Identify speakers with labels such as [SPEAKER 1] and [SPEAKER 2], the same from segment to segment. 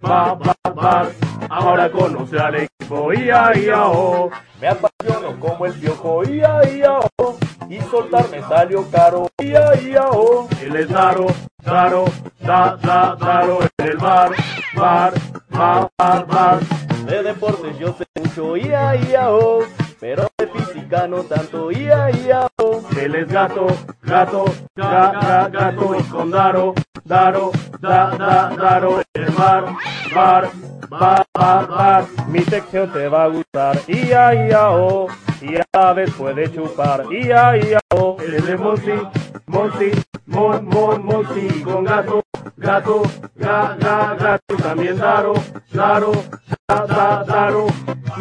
[SPEAKER 1] bar, bar, bar. Ahora conoce al equipo ia ia o. Me apasiono como el piojo ia ia o. Y soltarme salió caro ia ia o. Él es Daro, Daro, da, da, Daro en el bar, bar, bar, bar, bar. De deportes yo sé mucho ia ia o. Pero de física no tanto ia ia o. Él es gato, gato, ga, ga, gato y con Daro, Daro, da, da, Daro en el bar, bar, bar, bar, bar. Mi sección te va a gustar, ia ia o. Y a la vez puede chupar, ia ia o. Él es Monsi, Monsi, Mon, Mon, Monsi y con gato, gato, ga, ga, gato y también Daro, Daro, da, da, Daro.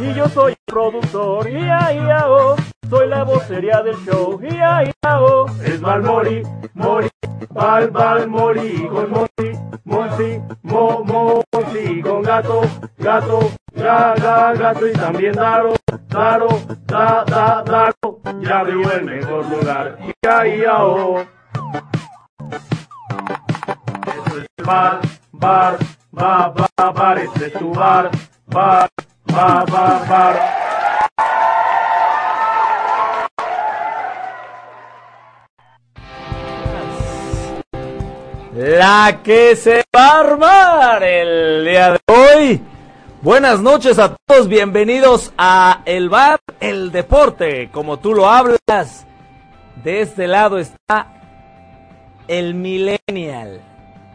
[SPEAKER 1] Y yo soy el productor, ia ia o. Soy la vocería del show, ia ia o. Es Balmori, Mori, Bal, Bal, Mori y con Monsi, Monsi, Mo, Mo, Monsi y con gato, gato, ga, ga, gato y también Daro, Daro, da, da, Daro. Ya vivo en mejor lugar, ia ia o. Bar, bar, bar, bar, bar, este es tu bar, bar, bar, bar, bar.
[SPEAKER 2] La que se va a armar el día de hoy. Buenas noches a todos, bienvenidos a El Bar, el deporte, como tú lo hablas. De este lado está el millennial,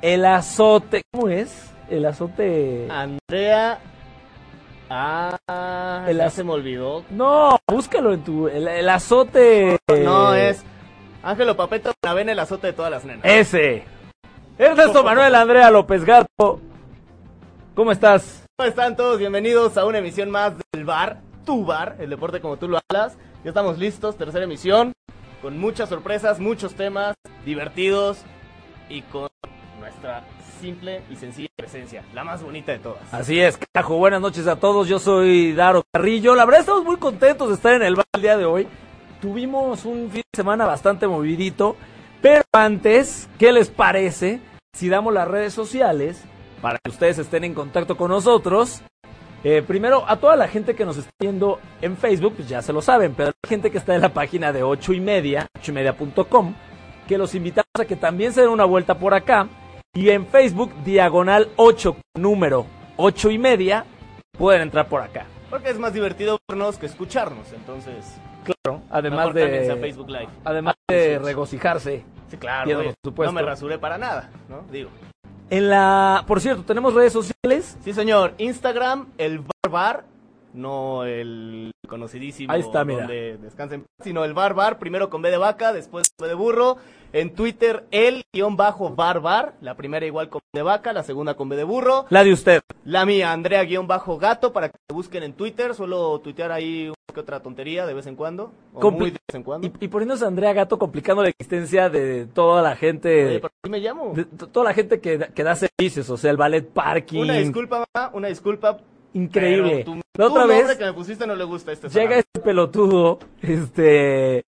[SPEAKER 2] el azote, ¿cómo es? El azote...
[SPEAKER 3] Andrea. Ah,
[SPEAKER 2] El
[SPEAKER 3] ya
[SPEAKER 2] as-
[SPEAKER 3] se me olvidó.
[SPEAKER 2] No, búscalo en tu... El, el azote...
[SPEAKER 3] No, es Ángelo Papeto Navena, el azote de todas las nenas.
[SPEAKER 2] Ese. Ernesto Manuel Andrea López Gato. ¿Cómo estás?
[SPEAKER 3] ¿Cómo están todos? Bienvenidos a una emisión más del bar, tu bar, el deporte como tú lo hablas. Ya estamos listos, tercera emisión, con muchas sorpresas, muchos temas divertidos y con nuestra simple y sencilla presencia, la más bonita de todas.
[SPEAKER 2] Así es, carajo. Buenas noches a todos. Yo soy Daro Carrillo. La verdad, estamos muy contentos de estar en el bar el día de hoy. Tuvimos un fin de semana bastante movidito. Pero antes, ¿qué les parece si damos las redes sociales para que ustedes estén en contacto con nosotros? Eh, primero, a toda la gente que nos está viendo en Facebook, pues ya se lo saben, pero a la gente que está en la página de 8 y media, 8 y media.com, que los invitamos a que también se den una vuelta por acá. Y en Facebook, diagonal 8, número 8 y media, pueden entrar por acá.
[SPEAKER 3] Porque es más divertido vernos que escucharnos, entonces.
[SPEAKER 2] Claro, además
[SPEAKER 3] mejor cámbiense a
[SPEAKER 2] de,
[SPEAKER 3] Facebook Live.
[SPEAKER 2] además de regocijarse.
[SPEAKER 3] Sí, claro.
[SPEAKER 2] Piedra,
[SPEAKER 3] oye,
[SPEAKER 2] por supuesto.
[SPEAKER 3] No me rasuré para nada, ¿no? Digo.
[SPEAKER 2] En la, por cierto, tenemos redes sociales.
[SPEAKER 3] Sí, señor. Instagram, el Barbar, no el conocidísimo.
[SPEAKER 2] Ahí está, mira.
[SPEAKER 3] Donde descansen, sino el Barbar, primero con B de vaca, después B de burro. En Twitter, el guión bajo Barbar, la primera igual con B de vaca, la segunda con B de burro.
[SPEAKER 2] La de usted.
[SPEAKER 3] La mía, Andrea guión bajo gato, para que me busquen en Twitter. Suelo tuitear ahí una que otra tontería de vez en cuando. O
[SPEAKER 2] Compli-
[SPEAKER 3] muy de vez en cuando.
[SPEAKER 2] Y, y poniéndose a Andrea Gato complicando la existencia de toda la gente.
[SPEAKER 3] Oye, pero así me llamo.
[SPEAKER 2] de t- toda la gente que, da- que da servicios, o sea, el ballet parking.
[SPEAKER 3] Una disculpa, mamá, una disculpa.
[SPEAKER 2] increíble.
[SPEAKER 3] pero tu-
[SPEAKER 2] la
[SPEAKER 3] tu
[SPEAKER 2] otra
[SPEAKER 3] nombre
[SPEAKER 2] vez
[SPEAKER 3] que me pusiste no le gusta a este
[SPEAKER 2] llega
[SPEAKER 3] salado.
[SPEAKER 2] este pelotudo, este,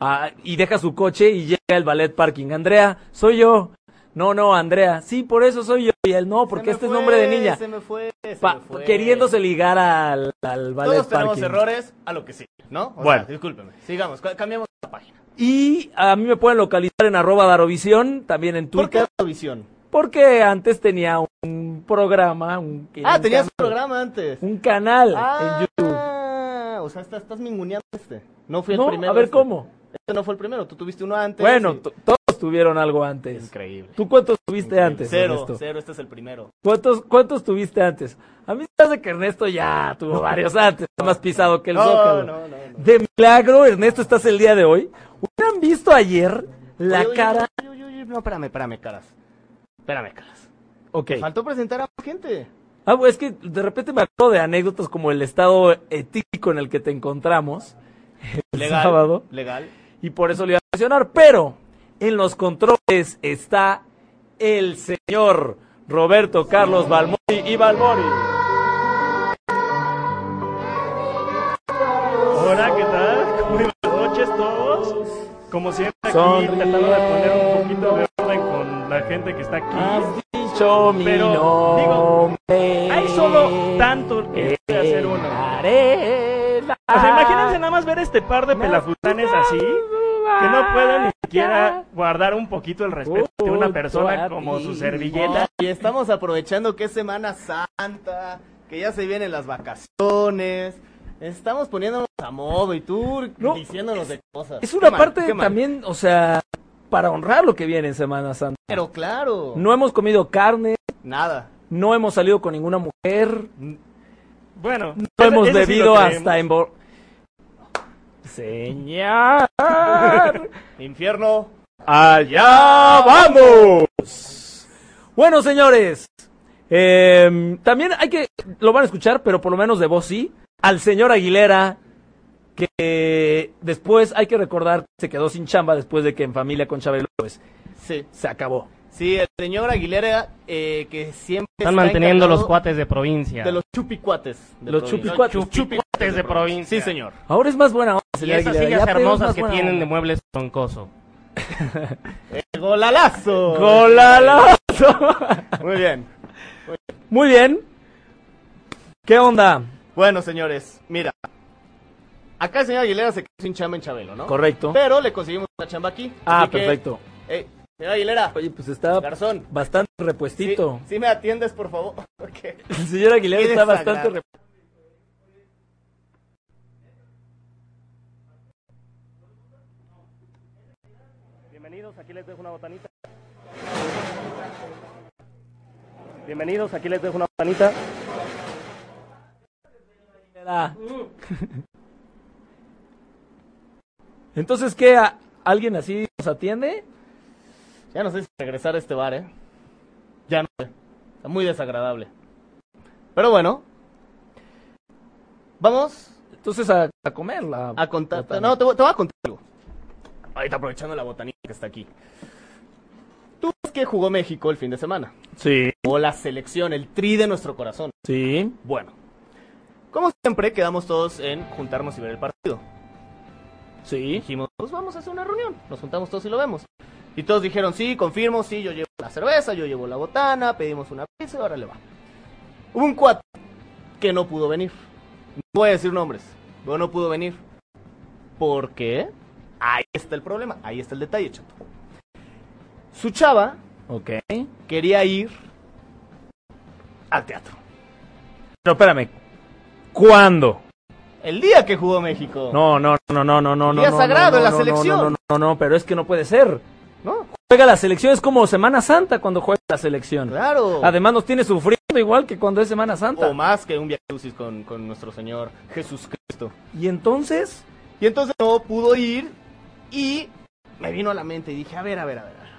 [SPEAKER 2] a- y deja su coche y llega el ballet parking. Andrea, soy yo. No, no, Andrea. Sí, por eso soy yo. Y él no, porque
[SPEAKER 3] Se me
[SPEAKER 2] este
[SPEAKER 3] fue,
[SPEAKER 2] es nombre de niña.
[SPEAKER 3] Se me fue, se
[SPEAKER 2] Pa-
[SPEAKER 3] me fue.
[SPEAKER 2] queriéndose ligar al, al ballet
[SPEAKER 3] Todos tenemos
[SPEAKER 2] parking.
[SPEAKER 3] errores a lo que sí, ¿no? O
[SPEAKER 2] Bueno.
[SPEAKER 3] sea, discúlpeme. Sigamos, ca- cambiamos la página.
[SPEAKER 2] Y a mí me pueden localizar en arroba darovisión, también en
[SPEAKER 3] ¿Por qué
[SPEAKER 2] Twitter,
[SPEAKER 3] Eurovisión?
[SPEAKER 2] porque antes tenía un programa, un,
[SPEAKER 3] Ah,
[SPEAKER 2] un
[SPEAKER 3] tenías
[SPEAKER 2] canal-
[SPEAKER 3] un programa antes.
[SPEAKER 2] un canal en
[SPEAKER 3] Ah,
[SPEAKER 2] YouTube.
[SPEAKER 3] O sea, estás, estás minguneando este. No fui
[SPEAKER 2] No,
[SPEAKER 3] el primero.
[SPEAKER 2] a ver
[SPEAKER 3] este.
[SPEAKER 2] cómo.
[SPEAKER 3] Este no fue el primero, tú tuviste uno antes.
[SPEAKER 2] Bueno,
[SPEAKER 3] y-
[SPEAKER 2] t- todos tuvieron algo antes.
[SPEAKER 3] Increíble.
[SPEAKER 2] ¿Tú cuántos tuviste antes?
[SPEAKER 3] Cero,
[SPEAKER 2] Ernesto?
[SPEAKER 3] cero, este es el primero.
[SPEAKER 2] ¿Cuántos, ¿Cuántos tuviste antes? A mí se me hace que Ernesto ya tuvo varios antes, está más pisado que el
[SPEAKER 3] No,
[SPEAKER 2] Zócalo.
[SPEAKER 3] no, no, no.
[SPEAKER 2] De milagro, Ernesto, estás el día de hoy. ¿Ustedes han visto ayer la
[SPEAKER 3] Oye, oye,
[SPEAKER 2] cara?
[SPEAKER 3] oye, oye, oye, no, espérame, espérame, caras. Espérame, caras.
[SPEAKER 2] Ok.
[SPEAKER 3] Faltó presentar a más gente.
[SPEAKER 2] Ah, pues, es que de repente me acuerdo de anécdotas como el estado etílico en el que te encontramos el
[SPEAKER 3] Legal.
[SPEAKER 2] sábado
[SPEAKER 3] Legal.
[SPEAKER 2] y por eso lo iba a mencionar, pero en los controles está el señor Roberto Carlos Balmori y Balmori.
[SPEAKER 1] Hola, ¿qué tal? Muy buenas noches todos. Como siempre, aquí
[SPEAKER 2] Sonríe.
[SPEAKER 1] tratando de poner un poquito de orden con la gente que está aquí.
[SPEAKER 2] Has dicho mi
[SPEAKER 1] Pero, digo,
[SPEAKER 2] nombre.
[SPEAKER 1] Hay solo tanto que puede hacer uno.
[SPEAKER 2] Arena.
[SPEAKER 1] O sea, imagínense nada más ver este par de pelafutanes
[SPEAKER 2] Ah,
[SPEAKER 1] así, que no pueden ni siquiera guardar un poquito el respeto de una persona como su servilleta.
[SPEAKER 3] Y estamos aprovechando que es Semana Santa, que ya se vienen las vacaciones. Estamos poniéndonos a modo y tú
[SPEAKER 2] No,
[SPEAKER 3] diciéndonos de cosas.
[SPEAKER 2] Es una
[SPEAKER 3] Qué mal,
[SPEAKER 2] parte
[SPEAKER 3] qué mal.
[SPEAKER 2] también, o sea, para honrar lo que viene en Semana Santa.
[SPEAKER 3] Pero claro,
[SPEAKER 2] No hemos comido carne,
[SPEAKER 3] nada.
[SPEAKER 2] no hemos salido con ninguna mujer,
[SPEAKER 1] Bueno,
[SPEAKER 2] no
[SPEAKER 1] ese-
[SPEAKER 2] hemos
[SPEAKER 1] ese sí
[SPEAKER 2] bebido
[SPEAKER 1] lo creemos.
[SPEAKER 2] hasta em- en... bo- Señor.
[SPEAKER 3] Infierno.
[SPEAKER 4] ¡Allá vamos!
[SPEAKER 2] Bueno, señores, em, también hay que, lo van a escuchar, pero por lo menos de voz sí, al señor Aguilera, que después hay que recordar que se quedó sin chamba después de que en familia con Chabelo López
[SPEAKER 3] Sí,
[SPEAKER 2] se acabó.
[SPEAKER 3] sí, el señor Aguilera eh, que siempre
[SPEAKER 5] Están
[SPEAKER 3] está
[SPEAKER 5] manteniendo los
[SPEAKER 3] encargado
[SPEAKER 5] cuates de provincia.
[SPEAKER 3] de los chupicuates. de
[SPEAKER 2] Los
[SPEAKER 3] provincia.
[SPEAKER 2] chupicuates.
[SPEAKER 5] chupicuates de provincia.
[SPEAKER 3] Sí, señor.
[SPEAKER 2] Ahora es más buena onda,
[SPEAKER 5] Y
[SPEAKER 2] señor
[SPEAKER 5] esas
[SPEAKER 2] Aguilera,
[SPEAKER 5] sillas
[SPEAKER 2] ya tenemos
[SPEAKER 5] hermosas
[SPEAKER 2] más
[SPEAKER 5] que
[SPEAKER 2] buena
[SPEAKER 5] tienen de
[SPEAKER 2] onda.
[SPEAKER 5] muebles troncoso.
[SPEAKER 3] Golalazo.
[SPEAKER 2] ¡Golalazo!
[SPEAKER 3] Muy bien.
[SPEAKER 2] Muy bien. ¿Qué onda?
[SPEAKER 3] Bueno, señores, mira. Acá el señor Aguilera se quedó sin chamba en Chabelo, ¿no?
[SPEAKER 2] Correcto.
[SPEAKER 3] Pero le conseguimos una chamba aquí.
[SPEAKER 2] Ah,
[SPEAKER 3] así que-
[SPEAKER 2] perfecto.
[SPEAKER 3] Ey, señor Aguilera,
[SPEAKER 2] Oye, pues está
[SPEAKER 3] garzón.
[SPEAKER 2] bastante
[SPEAKER 3] Si
[SPEAKER 2] repuestito.
[SPEAKER 3] me atiendes, por favor. Porque
[SPEAKER 2] El señor Aguilera
[SPEAKER 3] Qué
[SPEAKER 2] está
[SPEAKER 3] desagrado.
[SPEAKER 2] bastante repuestito.
[SPEAKER 1] Bienvenidos, aquí les dejo una botanita. Bienvenidos, aquí les dejo una botanita.
[SPEAKER 2] Entonces, ¿qué? ¿A- ¿Alguien así nos atiende?
[SPEAKER 3] Ya no sé si regresar a este bar, ¿eh? Ya no sé. Está muy desagradable. Pero bueno. Vamos
[SPEAKER 2] Entonces, a, a comer la...
[SPEAKER 3] a contar.
[SPEAKER 2] la-
[SPEAKER 3] No, te, voy- te voy a contar algo. Ahorita aprovechando la botanita que está aquí. ¿Tú ves que jugó México el fin de semana?
[SPEAKER 2] Sí.
[SPEAKER 3] O la selección, el tri de nuestro corazón.
[SPEAKER 2] Sí.
[SPEAKER 3] Bueno, como siempre, quedamos todos en juntarnos y ver el partido.
[SPEAKER 2] Sí.
[SPEAKER 3] Dijimos, pues vamos a hacer una reunión. Nos juntamos todos y lo vemos. Y todos dijeron, sí, confirmo, sí, yo llevo la cerveza, yo llevo la botana, pedimos una pizza, ahora le va. Hubo un cuate que no pudo venir. No voy a decir nombres, pero no pudo venir. ¿Por qué? Ahí está el problema, ahí está el detalle, chato. Su chava
[SPEAKER 2] Ok.
[SPEAKER 3] quería ir al teatro.
[SPEAKER 2] Pero espérame. ¿Cuándo?
[SPEAKER 3] El día que jugó México.
[SPEAKER 2] No, no, no, no, no, no, no.
[SPEAKER 3] Día
[SPEAKER 2] no,
[SPEAKER 3] sagrado
[SPEAKER 2] no,
[SPEAKER 3] en la
[SPEAKER 2] no, No,
[SPEAKER 3] selección.
[SPEAKER 2] no, no, no, no, pero es que no puede ser.
[SPEAKER 3] ¿No?
[SPEAKER 2] Juega la selección, es como Semana Santa cuando juega la selección.
[SPEAKER 3] Claro. Oh,
[SPEAKER 2] Además nos tiene sufriendo igual que cuando es Semana Santa.
[SPEAKER 3] O más que un Via Crucis con, con nuestro Señor Jesucristo.
[SPEAKER 2] Y entonces,
[SPEAKER 3] Y entonces no pudo ir y me vino a la mente y dije, a ver, a ver, a ver. a ver.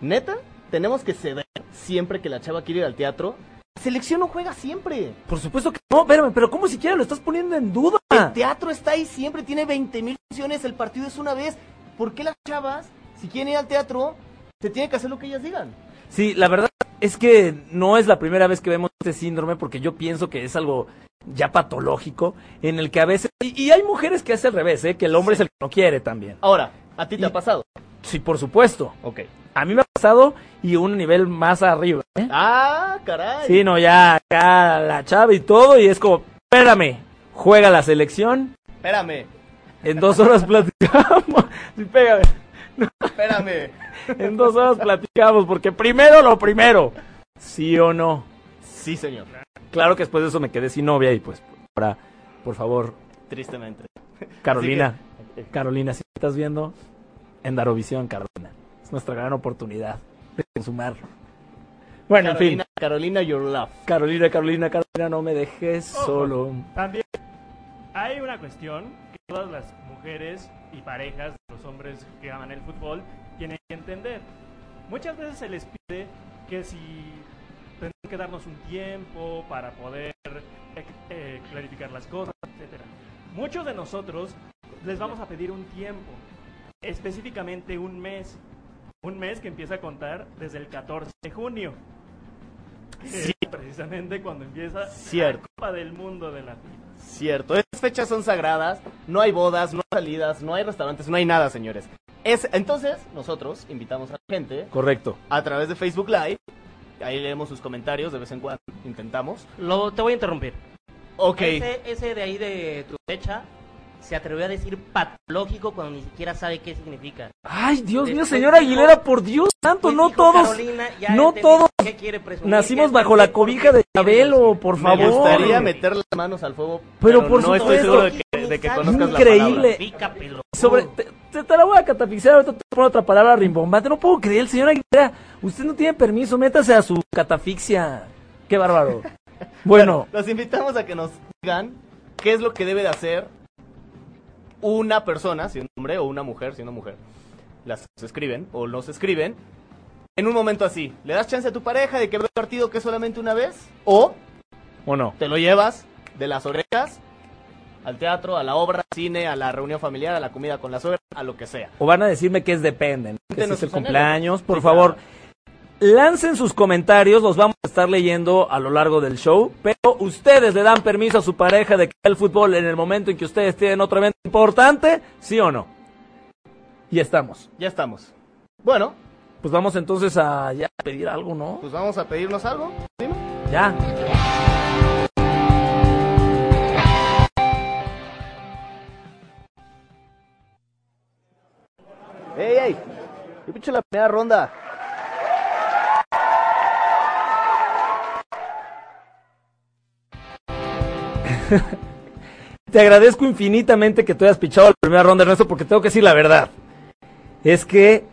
[SPEAKER 3] Neta, tenemos que ceder siempre que la chava quiere ir al teatro. La selección no juega siempre.
[SPEAKER 2] por supuesto que no, espérame, pero ¿cómo siquiera lo estás poniendo en duda?
[SPEAKER 3] El teatro está ahí siempre, tiene 20 mil funciones, el partido es una vez. ¿Por qué las chavas, si quieren ir al teatro, se tiene que hacer lo que ellas digan?
[SPEAKER 2] Sí, la verdad es que no es la primera vez que vemos este síndrome porque yo pienso que es algo ya patológico en el que a veces... Y, y hay mujeres que hace al revés, ¿eh? que el hombre es el que no quiere también.
[SPEAKER 3] Ahora, ¿a ti te
[SPEAKER 2] Y-
[SPEAKER 3] ha pasado?
[SPEAKER 2] Sí, por supuesto.
[SPEAKER 3] Ok.
[SPEAKER 2] A mí me ha pasado y un nivel más arriba. ¿eh?
[SPEAKER 3] Ah, caray.
[SPEAKER 2] Sí, no, ya acá la chava y todo y es como, espérame, juega la selección,
[SPEAKER 3] Espérame,
[SPEAKER 2] en dos horas platicamos. Sí, pégame.
[SPEAKER 3] espérame.
[SPEAKER 2] En dos horas platicamos, porque primero lo primero. ¿Sí o no?
[SPEAKER 3] sí, señor.
[SPEAKER 2] Claro que después de eso me quedé sin novia y pues, para, por favor,
[SPEAKER 3] Tristemente.
[SPEAKER 2] Carolina,
[SPEAKER 6] eh,
[SPEAKER 2] Carolina, si me estás viendo, en Darovisión, Carolina. Es nuestra gran oportunidad de consumar. Bueno, en
[SPEAKER 3] Carolina,
[SPEAKER 2] fin.
[SPEAKER 3] Carolina, your love.
[SPEAKER 2] Carolina, Carolina, Carolina, no me dejes
[SPEAKER 6] Oh.
[SPEAKER 1] Ojo.
[SPEAKER 2] solo.
[SPEAKER 1] También hay una cuestión que todas las mujeres y parejas, los hombres que aman el fútbol, tienen que entender. Muchas veces se les pide que si tenemos que darnos un tiempo para poder eh, eh, clarificar las cosas, etcétera. Muchos de nosotros les vamos a pedir un tiempo, específicamente un mes, un mes que empieza a contar desde el 14 de junio. eh, precisamente cuando empieza
[SPEAKER 3] Cierto.
[SPEAKER 1] la Copa del Mundo de la FIFA.
[SPEAKER 3] Cierto, estas fechas son sagradas, no hay bodas, no hay salidas, no hay restaurantes, no hay nada, señores. Es, entonces, nosotros invitamos a la gente
[SPEAKER 2] Correcto.
[SPEAKER 3] a través de Facebook Live, ahí leemos sus comentarios de vez en cuando, intentamos.
[SPEAKER 6] Lo, te voy a interrumpir.
[SPEAKER 3] Ok,
[SPEAKER 6] Ese, ese de ahí de tu derecha se atrevió a decir patológico cuando ni siquiera sabe qué significa.
[SPEAKER 2] Ay, Dios mío,
[SPEAKER 6] Después
[SPEAKER 2] señora
[SPEAKER 6] dijo-
[SPEAKER 2] Aguilera, por Dios santo,
[SPEAKER 6] Pues
[SPEAKER 2] no
[SPEAKER 6] dijo
[SPEAKER 2] todos
[SPEAKER 6] Carolina, ya
[SPEAKER 2] no
[SPEAKER 6] entendí
[SPEAKER 2] todos
[SPEAKER 6] qué quiere presumir,
[SPEAKER 2] nacimos
[SPEAKER 6] que
[SPEAKER 2] bajo la
[SPEAKER 6] es porque
[SPEAKER 2] chabelo,
[SPEAKER 6] quiere
[SPEAKER 2] Chabelo,
[SPEAKER 6] presumir.
[SPEAKER 2] por
[SPEAKER 3] me
[SPEAKER 2] favor.
[SPEAKER 3] gustaría meter las manos al fuego,
[SPEAKER 2] Pero por
[SPEAKER 3] no estoy
[SPEAKER 2] supuesto.
[SPEAKER 3] seguro de que, de que conozcas la palabra.
[SPEAKER 2] Increíble.
[SPEAKER 6] Pica pelo.
[SPEAKER 2] Sobre, te, te- te la voy a catafixar, ahorita te pongo otra palabra rimbombante. No puedo creer, señora Aguilera, usted no tiene permiso, métase a su catafixia. Qué bárbaro. Bueno,
[SPEAKER 3] Los invitamos a que nos digan qué es lo que debe de hacer una persona, si un hombre o una mujer, si una mujer. Las escriben o los escriben en un momento así. ¿Le das chance a tu pareja de que vea el partido que es solamente una vez? ¿O
[SPEAKER 2] ¿o no?
[SPEAKER 3] te lo llevas de las orejas al teatro, a la obra, al cine, a la reunión familiar, a la comida con la suegra, a lo que sea?
[SPEAKER 2] O van a decirme que es depende, ¿no? que si
[SPEAKER 3] Cuéntenos
[SPEAKER 2] es el
[SPEAKER 3] sus
[SPEAKER 2] cumpleaños,
[SPEAKER 3] anécdotas.
[SPEAKER 2] por
[SPEAKER 3] Sí,
[SPEAKER 2] favor.
[SPEAKER 3] claro.
[SPEAKER 2] Lancen sus comentarios, los vamos a estar leyendo a lo largo del show, pero ustedes le dan permiso a su pareja de que vea el fútbol en el momento en que ustedes tienen otro evento importante, ¿sí o no? Y estamos.
[SPEAKER 3] Ya estamos. Bueno,
[SPEAKER 2] Pues vamos entonces a ya pedir algo, ¿no?
[SPEAKER 3] pues vamos a pedirnos algo. Dime.
[SPEAKER 2] Ya.
[SPEAKER 3] ¡Ey, ey! Yo pinche la primera ronda.
[SPEAKER 2] Te agradezco infinitamente que tú hayas pichado la primera ronda, Ernesto, porque tengo que decir la verdad. Es que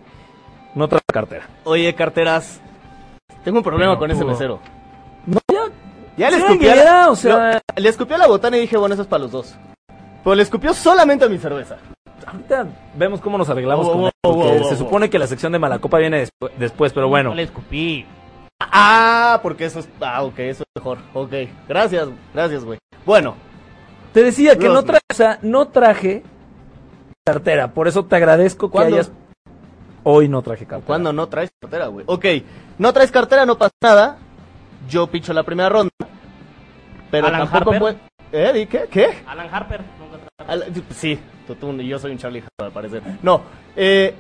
[SPEAKER 2] no traigo cartera.
[SPEAKER 3] Oye, carteras. Tengo un problema con ese
[SPEAKER 2] Pelotudo.
[SPEAKER 3] mesero.
[SPEAKER 2] No, ya.
[SPEAKER 3] Ya le
[SPEAKER 2] Sí,
[SPEAKER 3] escupió.
[SPEAKER 2] Anguilera,
[SPEAKER 3] la-
[SPEAKER 2] o sea-
[SPEAKER 3] no, le escupió la botana y dije, bueno, eso es para los dos. Pero le escupió solamente a mi cerveza.
[SPEAKER 2] Ahorita vemos cómo nos arreglamos
[SPEAKER 3] Wow,
[SPEAKER 2] con
[SPEAKER 3] wow,
[SPEAKER 2] él, porque
[SPEAKER 3] wow, wow,
[SPEAKER 2] se
[SPEAKER 3] wow.
[SPEAKER 2] supone que la sección de Malacopa viene despu- después, pero bueno.
[SPEAKER 5] No le escupí.
[SPEAKER 3] Ah, porque eso es. Ah, ok, eso es mejor. Ok. Gracias, gracias, güey. Bueno,
[SPEAKER 2] Te decía que
[SPEAKER 3] Los-
[SPEAKER 2] no traje, o sea, no traje cartera, por eso te agradezco que
[SPEAKER 3] ¿Cuándo?
[SPEAKER 2] hayas hoy no traje cartera.
[SPEAKER 3] cuando no traes cartera, güey. Ok, no traes cartera, no pasa nada. Yo picho la primera ronda. Pero
[SPEAKER 5] Alan
[SPEAKER 3] tampoco
[SPEAKER 5] Harper.
[SPEAKER 3] puede. ¿Eh? ¿Di qué? ¿Qué?
[SPEAKER 5] Alan Harper.
[SPEAKER 2] Pues
[SPEAKER 5] nunca tra-
[SPEAKER 3] Al- Sí, tú, tú- yo soy un Charlie Harper, al parecer. No, eh,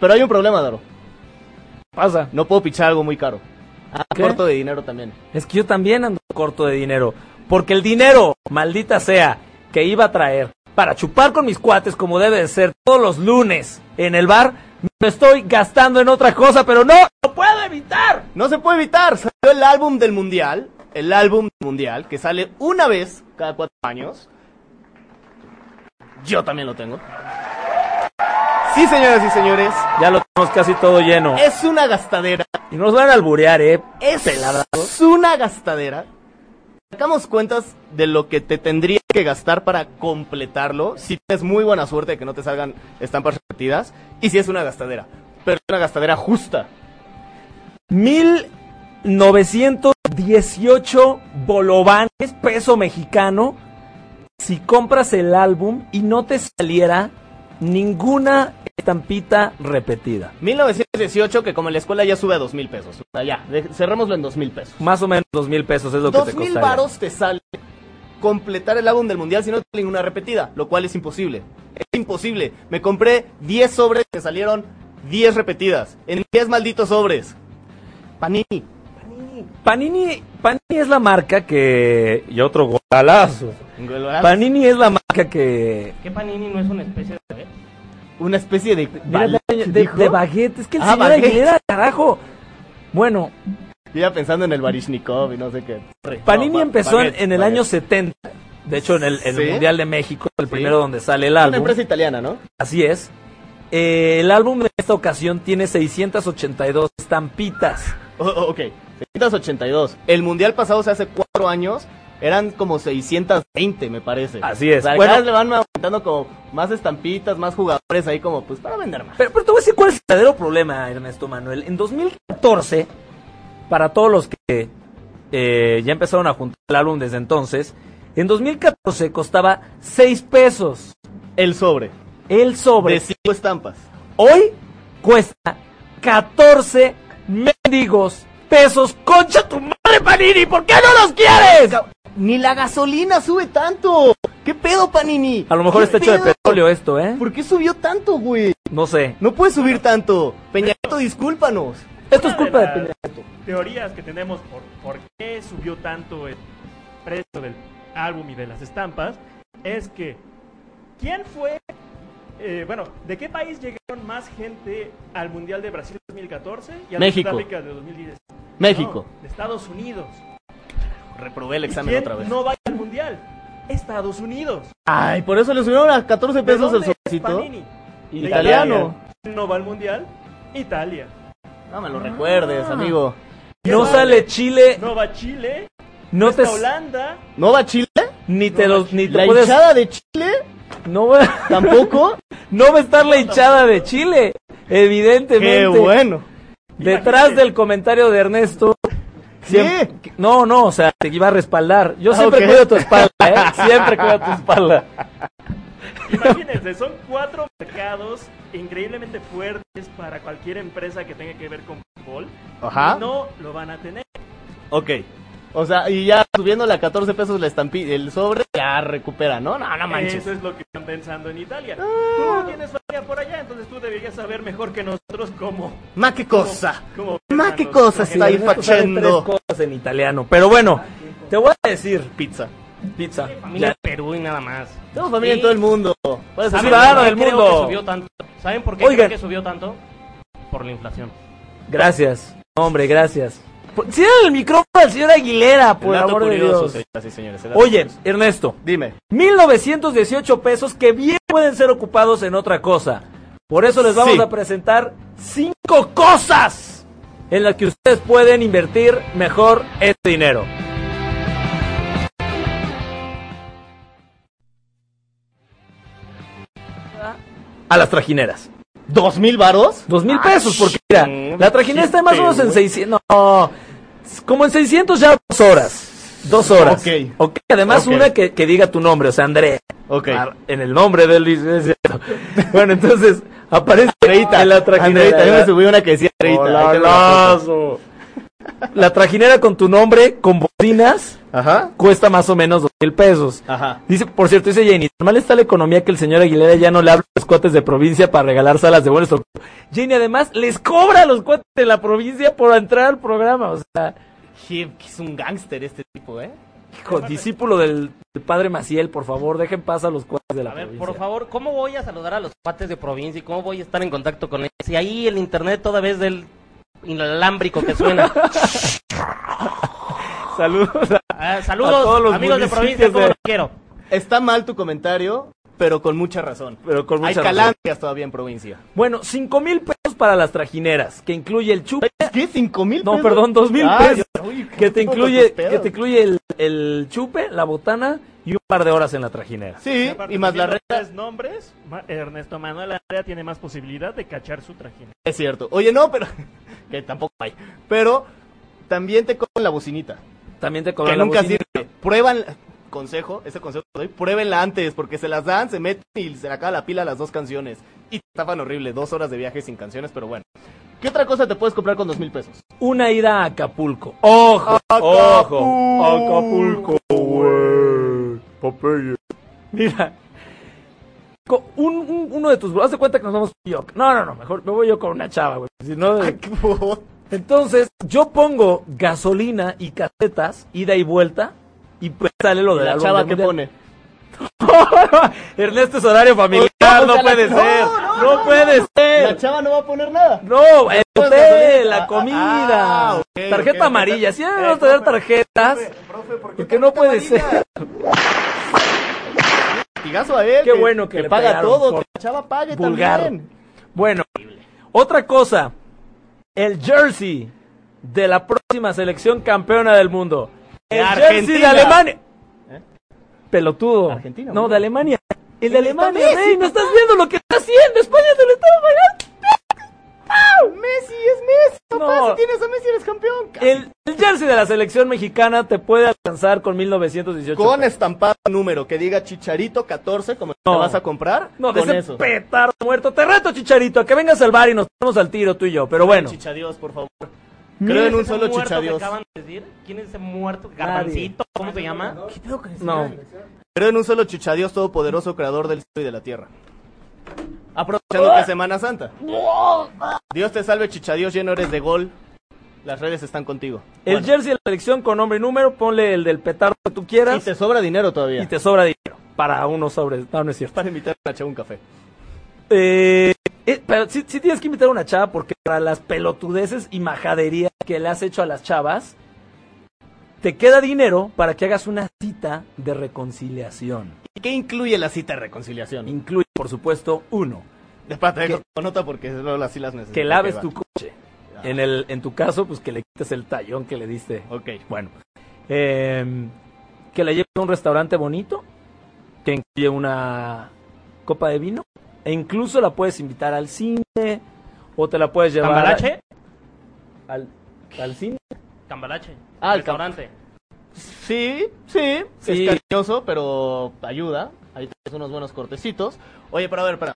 [SPEAKER 3] pero hay un problema, Daro.
[SPEAKER 2] pasa?
[SPEAKER 3] No puedo pichar algo muy caro. Ah,
[SPEAKER 2] ¿Qué?
[SPEAKER 3] corto de dinero también.
[SPEAKER 2] Es que yo también ando corto de dinero, porque el dinero, maldita sea, que iba a traer para chupar con mis cuates como debe de ser todos los lunes en el bar, me lo estoy gastando en otra cosa, pero no lo puedo evitar.
[SPEAKER 3] No se puede evitar. Salió el álbum del mundial. El álbum del mundial que sale una vez cada cuatro años. Yo también lo tengo. Sí, señoras y señores.
[SPEAKER 2] Ya lo tenemos casi todo lleno.
[SPEAKER 3] Es una gastadera.
[SPEAKER 2] Y no nos van a alburear, eh.
[SPEAKER 3] Es
[SPEAKER 2] Pelada.
[SPEAKER 3] una gastadera. Sacamos cuentas de lo que te tendría que gastar para completarlo. Si tienes muy buena suerte de que no te salgan estampas repetidas. Y si es una gastadera. Pero es una gastadera justa.
[SPEAKER 2] 1918 bolovanes, peso mexicano. Si compras el álbum y no te saliera ninguna estampita repetida.
[SPEAKER 3] 1918, que como en la escuela ya sube a dos mil pesos. O sea, ya, de- cerrémoslo en dos mil pesos.
[SPEAKER 2] Más o menos dos mil pesos es lo que te
[SPEAKER 3] Dos mil
[SPEAKER 2] costaría.
[SPEAKER 3] varos te sale completar el álbum del mundial si no tiene ninguna repetida, lo cual es imposible. Es imposible. Me compré 10 sobres que salieron 10 repetidas. En 10 malditos sobres. Panini.
[SPEAKER 2] Panini, Panini es la marca que... Y otro golazo. Panini es la marca que...
[SPEAKER 5] ¿Qué panini no es una especie de... bebé?
[SPEAKER 3] Una especie de.
[SPEAKER 2] Mira,
[SPEAKER 3] bal-
[SPEAKER 2] de, de-
[SPEAKER 3] ¿dijo?
[SPEAKER 2] de baguette. Es que el
[SPEAKER 3] Ah,
[SPEAKER 2] señor
[SPEAKER 3] baguette.
[SPEAKER 2] Aguilera, carajo. Bueno,
[SPEAKER 3] Yo iba pensando en el Barishnikov y no sé qué.
[SPEAKER 2] Panini
[SPEAKER 3] No, ba-
[SPEAKER 2] empezó en-
[SPEAKER 3] baguette,
[SPEAKER 2] en el
[SPEAKER 3] baguette.
[SPEAKER 2] año 70. De hecho, en el, en el
[SPEAKER 3] ¿Sí?
[SPEAKER 2] Mundial de México, el
[SPEAKER 3] Sí.
[SPEAKER 2] primero donde sale el
[SPEAKER 3] Una
[SPEAKER 2] álbum.
[SPEAKER 3] empresa italiana, ¿no?
[SPEAKER 2] Así es. Eh, el álbum de esta ocasión tiene 682 estampitas.
[SPEAKER 3] O- o- Oh, ok, 682. El mundial pasado, o sea, hace cuatro años, eran como 620, me parece.
[SPEAKER 2] Así es.
[SPEAKER 3] O sea,
[SPEAKER 2] Bueno-
[SPEAKER 3] cada vez le van aumentando como más estampitas, más jugadores ahí como, pues, para vender más.
[SPEAKER 2] Pero, pero te voy a decir cuál es el verdadero problema, Ernesto Manuel. En 2014, para todos los que eh, ya empezaron a juntar el álbum desde entonces, en 2014 costaba 6 pesos
[SPEAKER 3] El sobre
[SPEAKER 2] el sobre.
[SPEAKER 3] de cinco estampas.
[SPEAKER 2] Hoy cuesta 14 mendigos pesos. ¡Concha tu madre! madre, Panini! ¿Por qué no los quieres?
[SPEAKER 3] Ni la gasolina sube tanto. ¿Qué pedo, Panini?
[SPEAKER 2] A lo mejor
[SPEAKER 3] ¿Qué
[SPEAKER 2] está hecho de
[SPEAKER 3] pedo?
[SPEAKER 2] petróleo esto, ¿eh?
[SPEAKER 3] ¿Por qué subió tanto, güey?
[SPEAKER 2] No sé.
[SPEAKER 3] No puede subir tanto. Peñato, discúlpanos.
[SPEAKER 2] Esto es culpa de
[SPEAKER 1] las
[SPEAKER 2] Peña.
[SPEAKER 1] Teorías que tenemos por por qué subió tanto el precio del álbum y de las estampas es que ¿quién fue? eh, bueno, ¿de qué país llegaron más gente al Mundial de Brasil 2014 y a
[SPEAKER 3] México.
[SPEAKER 1] Sudáfrica de 2010?
[SPEAKER 3] México.
[SPEAKER 1] No, de Estados Unidos.
[SPEAKER 3] Reprobé el examen
[SPEAKER 1] ¿Quién
[SPEAKER 3] otra vez.
[SPEAKER 1] no va al Mundial? Estados Unidos.
[SPEAKER 3] Ay, por eso le subieron a 14
[SPEAKER 1] ¿De
[SPEAKER 3] pesos el
[SPEAKER 1] dónde es
[SPEAKER 3] sobrecito.
[SPEAKER 1] Panini? De
[SPEAKER 3] Italiano.
[SPEAKER 1] Italia. ¿No va al Mundial? Italia.
[SPEAKER 3] No me lo recuerdes, amigo.
[SPEAKER 2] No sale Chile,
[SPEAKER 1] No va Chile.
[SPEAKER 2] no te...
[SPEAKER 1] está Holanda.
[SPEAKER 3] ¿No va Chile?
[SPEAKER 2] Ni te los... Ni
[SPEAKER 3] ¿La
[SPEAKER 2] te puedes...
[SPEAKER 3] hinchada de Chile?
[SPEAKER 2] No va,
[SPEAKER 3] ¿Tampoco?
[SPEAKER 2] no va a estar la hinchada de Chile. Evidentemente.
[SPEAKER 3] ¡Qué bueno!
[SPEAKER 2] Detrás del comentario de Ernesto. siempre- No, no, o sea, te iba a respaldar. Yo
[SPEAKER 3] Ah,
[SPEAKER 2] siempre
[SPEAKER 3] ok.
[SPEAKER 2] cuido tu espalda, ¿eh? Siempre cuido tu espalda.
[SPEAKER 1] Imagínense, son cuatro mercados increíblemente fuertes para cualquier empresa que tenga que ver con fútbol.
[SPEAKER 3] Ajá.
[SPEAKER 1] No lo van a tener.
[SPEAKER 3] Ok. O sea, y ya subiéndole a 14 pesos la estampi- el sobre, ya recupera, ¿no? No, no manches. Ah.
[SPEAKER 1] Eso es lo que están pensando en Italia. Tú no tienes familia por allá, entonces tú deberías saber mejor que nosotros cómo.
[SPEAKER 3] Ma, qué cosa.
[SPEAKER 1] cómo
[SPEAKER 3] Ma, qué
[SPEAKER 1] los-
[SPEAKER 3] cosa está ahí
[SPEAKER 2] Ernesto sabe tres
[SPEAKER 3] fachando.
[SPEAKER 2] cosas en italiano. Pero bueno, te voy a decir
[SPEAKER 3] Pizza.
[SPEAKER 2] pizza.
[SPEAKER 6] Familia
[SPEAKER 2] Ya.
[SPEAKER 6] de Perú y nada más.
[SPEAKER 3] Tenemos familia en todo el mundo. Puedes
[SPEAKER 2] Sí,
[SPEAKER 3] hacer-
[SPEAKER 2] claro,
[SPEAKER 6] por qué
[SPEAKER 2] del
[SPEAKER 6] creo
[SPEAKER 2] mundo.
[SPEAKER 6] que subió tanto? ¿Saben por qué
[SPEAKER 2] Oigan.
[SPEAKER 6] creo que subió tanto? Por la inflación.
[SPEAKER 2] Gracias. No, Hombre, gracias. Pues, Cierra el micrófono al señor Aguilera, por el
[SPEAKER 3] dato
[SPEAKER 2] amor de
[SPEAKER 3] curioso,
[SPEAKER 2] Dios.
[SPEAKER 3] señoras y señores, el dato
[SPEAKER 2] Oye,
[SPEAKER 3] curioso.
[SPEAKER 2] Ernesto,
[SPEAKER 3] Dime.
[SPEAKER 2] 1918 pesos que bien pueden ser ocupados en otra cosa. Por eso les vamos
[SPEAKER 3] Sí.
[SPEAKER 2] a presentar cinco cosas en las que ustedes pueden invertir mejor este dinero. A las trajineras.
[SPEAKER 3] ¿Dos mil varos?
[SPEAKER 2] Dos mil pesos, porque mira, la trajinera está más o menos en 600. No, como en 600 ya dos horas. Dos horas.
[SPEAKER 3] Ok.
[SPEAKER 2] Ok, además
[SPEAKER 3] Ok.
[SPEAKER 2] una que, que diga tu nombre, o sea, Andrés.
[SPEAKER 3] Ok.
[SPEAKER 2] Ar- Ah, En el nombre del licenciado. Bueno, entonces aparece en la
[SPEAKER 3] Andreita,
[SPEAKER 2] trajinera.
[SPEAKER 3] a mí me
[SPEAKER 2] ¿verdad?
[SPEAKER 3] subí una que decía Andreita.
[SPEAKER 2] Hola,
[SPEAKER 3] Ahí te la foto.
[SPEAKER 2] La trajinera con tu nombre, con bocinas,
[SPEAKER 3] Ajá.
[SPEAKER 2] cuesta más o menos dos mil pesos.
[SPEAKER 3] Ajá.
[SPEAKER 2] Dice, por cierto, dice Jenny, normal está la economía que el señor Aguilera ya no le habla a los cuates de provincia para regalar salas de buenos Jenny además les cobra a los cuates de la provincia por entrar al programa. O sea,
[SPEAKER 3] Jib, que es un gángster este tipo, ¿eh?
[SPEAKER 2] hijo, discípulo del, del padre Maciel, por favor, dejen paz a los cuates de la
[SPEAKER 6] A ver,
[SPEAKER 2] provincia.
[SPEAKER 6] por favor, ¿cómo voy a saludar a los cuates de provincia y cómo voy a estar en contacto con ellos? Si ahí el internet todavía es del inalámbrico que suena.
[SPEAKER 2] Saludos. a-
[SPEAKER 6] Ah,
[SPEAKER 2] A todos los
[SPEAKER 6] saludos, amigos de provincia,
[SPEAKER 2] municipios
[SPEAKER 6] como
[SPEAKER 2] de-
[SPEAKER 6] los quiero.
[SPEAKER 3] Está mal tu comentario, pero con mucha razón.
[SPEAKER 2] Pero con
[SPEAKER 3] Hay
[SPEAKER 2] mucha razón.
[SPEAKER 3] calandrias todavía en provincia.
[SPEAKER 2] Bueno, cinco mil pesos para las trajineras, que incluye el chupe,
[SPEAKER 3] ¿Qué? ¿Cinco mil
[SPEAKER 2] No,
[SPEAKER 3] pesos?
[SPEAKER 2] perdón, dos mil
[SPEAKER 3] Ay,
[SPEAKER 2] pesos.
[SPEAKER 3] uy,
[SPEAKER 2] que te
[SPEAKER 3] ¿cómo
[SPEAKER 2] incluye,
[SPEAKER 3] tus pedos?
[SPEAKER 2] que te incluye el, el chupe, la botana y un par de horas en la trajinera.
[SPEAKER 3] Sí,
[SPEAKER 1] Aparte,
[SPEAKER 3] y más la
[SPEAKER 1] teniendo
[SPEAKER 3] renta.
[SPEAKER 1] tres nombres, Ma- Ernesto Manuel Andrea tiene más posibilidad de cachar su traje.
[SPEAKER 3] Es cierto. Oye, no, pero... que tampoco hay. Pero también te cobran la bocinita.
[SPEAKER 2] También te
[SPEAKER 3] que
[SPEAKER 2] cobran la
[SPEAKER 3] nunca
[SPEAKER 2] bocina.
[SPEAKER 3] sirve. Prueban... Consejo, ese consejo te doy, pruébenla antes, porque se las dan, se meten y se le acaba la pila a las dos canciones. Y te tapan horrible, dos horas de viaje sin canciones, pero bueno. ¿Qué otra cosa te puedes comprar con dos mil pesos?
[SPEAKER 2] Una ida a Acapulco. Ojo, ojo,
[SPEAKER 3] Acapulco.
[SPEAKER 2] mira. Co- Un, un- uno de tus... Haz de cuenta que nos vamos tú y yo. No, no, no, mejor me voy yo con una chava, güey. Si no, Entonces, yo pongo gasolina y casetas, ida y vuelta, y pues sale lo de
[SPEAKER 3] La chava que pone.
[SPEAKER 2] Ernesto es horario familiar,
[SPEAKER 3] No, o
[SPEAKER 2] no
[SPEAKER 3] sea, la-
[SPEAKER 2] puede
[SPEAKER 3] no,
[SPEAKER 2] ser,
[SPEAKER 3] no,
[SPEAKER 2] no, puede
[SPEAKER 3] La
[SPEAKER 2] ser.
[SPEAKER 3] chava no va a poner nada.
[SPEAKER 2] No, el
[SPEAKER 3] Después de
[SPEAKER 2] hotel,
[SPEAKER 3] gasolina.
[SPEAKER 2] la comida,
[SPEAKER 3] Ah, ok,
[SPEAKER 2] tarjeta
[SPEAKER 3] ok.
[SPEAKER 2] amarilla, si
[SPEAKER 3] Eh,
[SPEAKER 2] vamos a dar
[SPEAKER 3] profe,
[SPEAKER 2] tarjetas, porque no puede ser.
[SPEAKER 3] Tigazo a él.
[SPEAKER 2] Qué bueno que le
[SPEAKER 3] paga
[SPEAKER 2] pegaron
[SPEAKER 3] todo.
[SPEAKER 2] por
[SPEAKER 3] Que la chava pague
[SPEAKER 2] vulgar.
[SPEAKER 3] también.
[SPEAKER 2] Bueno, otra cosa, el jersey de la próxima selección campeona del mundo.
[SPEAKER 3] De
[SPEAKER 2] El jersey de
[SPEAKER 3] Argentina. ¿Eh?
[SPEAKER 2] Alemania. Pelotudo.
[SPEAKER 3] Argentina,
[SPEAKER 2] no,
[SPEAKER 3] güey.
[SPEAKER 2] de Alemania. El de
[SPEAKER 3] Ahí está
[SPEAKER 2] Alemania,
[SPEAKER 3] Messi,
[SPEAKER 2] güey, no estás viendo lo que está haciendo. España te lo estaba pagando.
[SPEAKER 3] Messi es Messi. Papá,
[SPEAKER 2] No. Eh,
[SPEAKER 3] si tienes a Messi eres campeón.
[SPEAKER 2] El, el jersey de la selección mexicana te puede alcanzar con 1918.
[SPEAKER 3] Con
[SPEAKER 2] pesos.
[SPEAKER 3] estampado número que diga Chicharito 14, como
[SPEAKER 2] No.
[SPEAKER 3] te vas a comprar.
[SPEAKER 2] No, de
[SPEAKER 3] con
[SPEAKER 2] ese
[SPEAKER 3] eso.
[SPEAKER 2] petardo muerto. Te reto, Chicharito, a que vengas al bar y nos ponemos al tiro tú y yo. Pero bueno,
[SPEAKER 3] Chichadios, por favor. Creo en un
[SPEAKER 6] ese
[SPEAKER 3] solo
[SPEAKER 6] muerto
[SPEAKER 3] chicha
[SPEAKER 6] que
[SPEAKER 3] Dios.
[SPEAKER 6] acaban de decir? ¿Quién es ese muerto? ¿Garbancito? ¿Cómo se llama?
[SPEAKER 2] No.
[SPEAKER 3] Creo en un solo chicha Dios todopoderoso, creador del cielo y de la tierra. Aprovechando que es Semana Santa. Dios te salve, chicha Dios, lleno eres de gol. Las redes están contigo.
[SPEAKER 2] El
[SPEAKER 3] Bueno,
[SPEAKER 2] jersey de la selección con nombre y número, ponle el del petardo que tú quieras
[SPEAKER 3] y te sobra dinero todavía.
[SPEAKER 2] sobra dinero para unos sobres. No, no es cierto.
[SPEAKER 3] Para invitar a Chavo un café.
[SPEAKER 2] Eh, eh, pero sí, sí tienes que invitar a una chava porque para las pelotudeces y majaderías que le has hecho a las chavas, te queda dinero para que hagas una cita de reconciliación.
[SPEAKER 3] ¿Y qué incluye la cita de reconciliación?
[SPEAKER 2] Incluye, por supuesto, uno,
[SPEAKER 3] De pata,
[SPEAKER 2] Que-
[SPEAKER 3] nota porque luego así las necesito.
[SPEAKER 2] que laves
[SPEAKER 3] Ok,
[SPEAKER 2] tu
[SPEAKER 3] va. Ah.
[SPEAKER 2] coche. En, el, en tu caso, pues que le quites el tallón que le diste.
[SPEAKER 3] Ok.
[SPEAKER 2] Bueno, eh, que la lleves a un restaurante bonito, que incluye una copa de vino, e incluso la puedes invitar al cine, o te la puedes llevar
[SPEAKER 6] ¿Cambalache?
[SPEAKER 2] al, al cine.
[SPEAKER 6] Cambalache.
[SPEAKER 3] Ah, el
[SPEAKER 6] restaurante.
[SPEAKER 3] Sí, sí,
[SPEAKER 2] Sí.
[SPEAKER 3] es cariñoso, pero ayuda. Ahí tienes unos buenos cortecitos. Oye, pero a ver, para.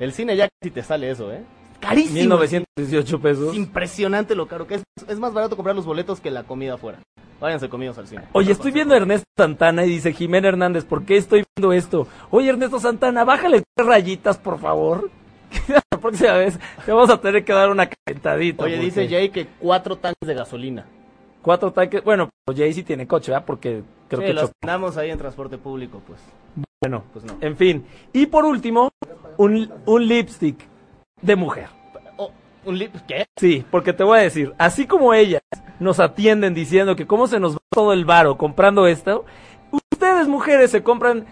[SPEAKER 3] El cine ya casi te sale eso, ¿eh? Carísimo.
[SPEAKER 2] 1918 pesos.
[SPEAKER 3] Es impresionante lo caro que es. Es más barato comprar los boletos que la comida afuera. Váyanse comidos al cine.
[SPEAKER 2] Oye, estoy viendo a Ernesto Santana y dice Jimena Hernández, ¿por qué estoy viendo esto? Oye, Ernesto Santana, bájale tres rayitas, por favor. La próxima vez te vamos a tener que dar una calentadita.
[SPEAKER 3] Oye, dice
[SPEAKER 2] porque
[SPEAKER 3] Jay que cuatro tanques de gasolina.
[SPEAKER 2] Cuatro tanques. Bueno, pero Jay sí tiene coche, ¿verdad? Porque creo
[SPEAKER 3] Sí,
[SPEAKER 2] que
[SPEAKER 3] los
[SPEAKER 2] chocó.
[SPEAKER 3] andamos ahí en transporte público, pues.
[SPEAKER 2] Bueno,
[SPEAKER 3] Pues no.
[SPEAKER 2] en fin. Y por último, un, un lipstick de mujer.
[SPEAKER 3] Oh, ¿Un lip? ¿Qué?
[SPEAKER 2] Sí, porque te voy a decir, así como ellas nos atienden diciendo que cómo se nos va todo el varo comprando esto, ustedes mujeres se compran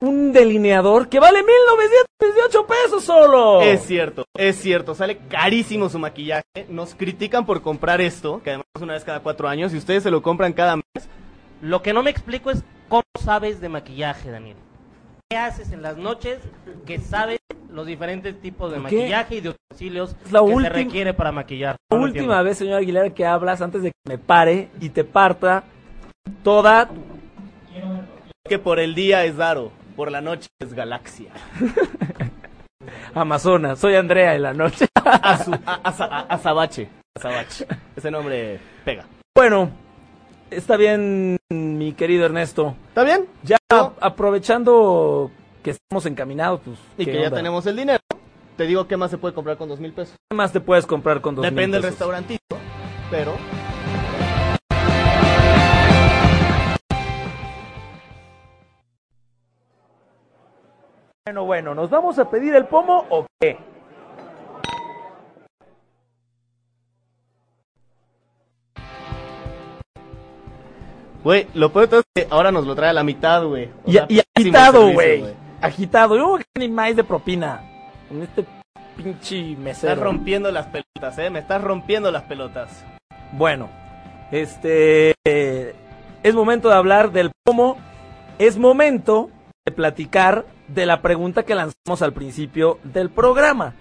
[SPEAKER 2] un delineador que vale 1918 pesos solo.
[SPEAKER 3] Es cierto, es cierto, sale carísimo su maquillaje. Nos critican por comprar esto, que además es una vez cada cuatro años, y ustedes se lo compran cada mes.
[SPEAKER 6] Lo que no me explico es cómo sabes de maquillaje, Daniel. ¿Qué haces en las noches que sabes los diferentes tipos de
[SPEAKER 2] ¿Por qué?
[SPEAKER 6] maquillaje y de utensilios
[SPEAKER 2] Es la
[SPEAKER 6] que
[SPEAKER 2] última-
[SPEAKER 6] se requiere para maquillar?
[SPEAKER 2] La
[SPEAKER 6] No lo
[SPEAKER 2] última
[SPEAKER 6] entiendo.
[SPEAKER 2] vez, señor Aguilera, que hablas antes de que me pare y te parta toda... tu-
[SPEAKER 3] Que por el día es Daro, por la noche es Galaxia.
[SPEAKER 2] Amazonas, soy Andrea en la noche.
[SPEAKER 3] Azu- a- aza- a- Azabache. Azabache. Ese nombre pega.
[SPEAKER 2] bueno, está bien, mi querido Ernesto.
[SPEAKER 3] ¿Está bien?
[SPEAKER 2] Ya aprovechando que estamos encaminados, pues...
[SPEAKER 3] Y
[SPEAKER 2] ¿qué
[SPEAKER 3] que ya
[SPEAKER 2] onda?
[SPEAKER 3] tenemos el dinero. Te digo, ¿qué más se puede comprar con dos mil pesos?
[SPEAKER 2] ¿Qué más te puedes comprar con dos mil
[SPEAKER 3] Depende del
[SPEAKER 2] pesos?
[SPEAKER 3] restaurantito, pero...
[SPEAKER 2] Bueno, bueno, ¿nos vamos a pedir el pomo o qué?
[SPEAKER 3] Güey, lo peor de todo es que ahora nos lo trae a la mitad, güey. O
[SPEAKER 2] Y,
[SPEAKER 3] sea,
[SPEAKER 2] y
[SPEAKER 3] pésimo
[SPEAKER 2] agitado,
[SPEAKER 3] servicio,
[SPEAKER 2] güey. Agitado. Yo ni más de propina. Con este pinche
[SPEAKER 3] Estás
[SPEAKER 2] mesero.
[SPEAKER 3] rompiendo las pelotas, eh. Me estás rompiendo las pelotas.
[SPEAKER 2] Bueno, este. eh, es momento de hablar del pomo. Es momento de platicar de la pregunta que lanzamos al principio del programa.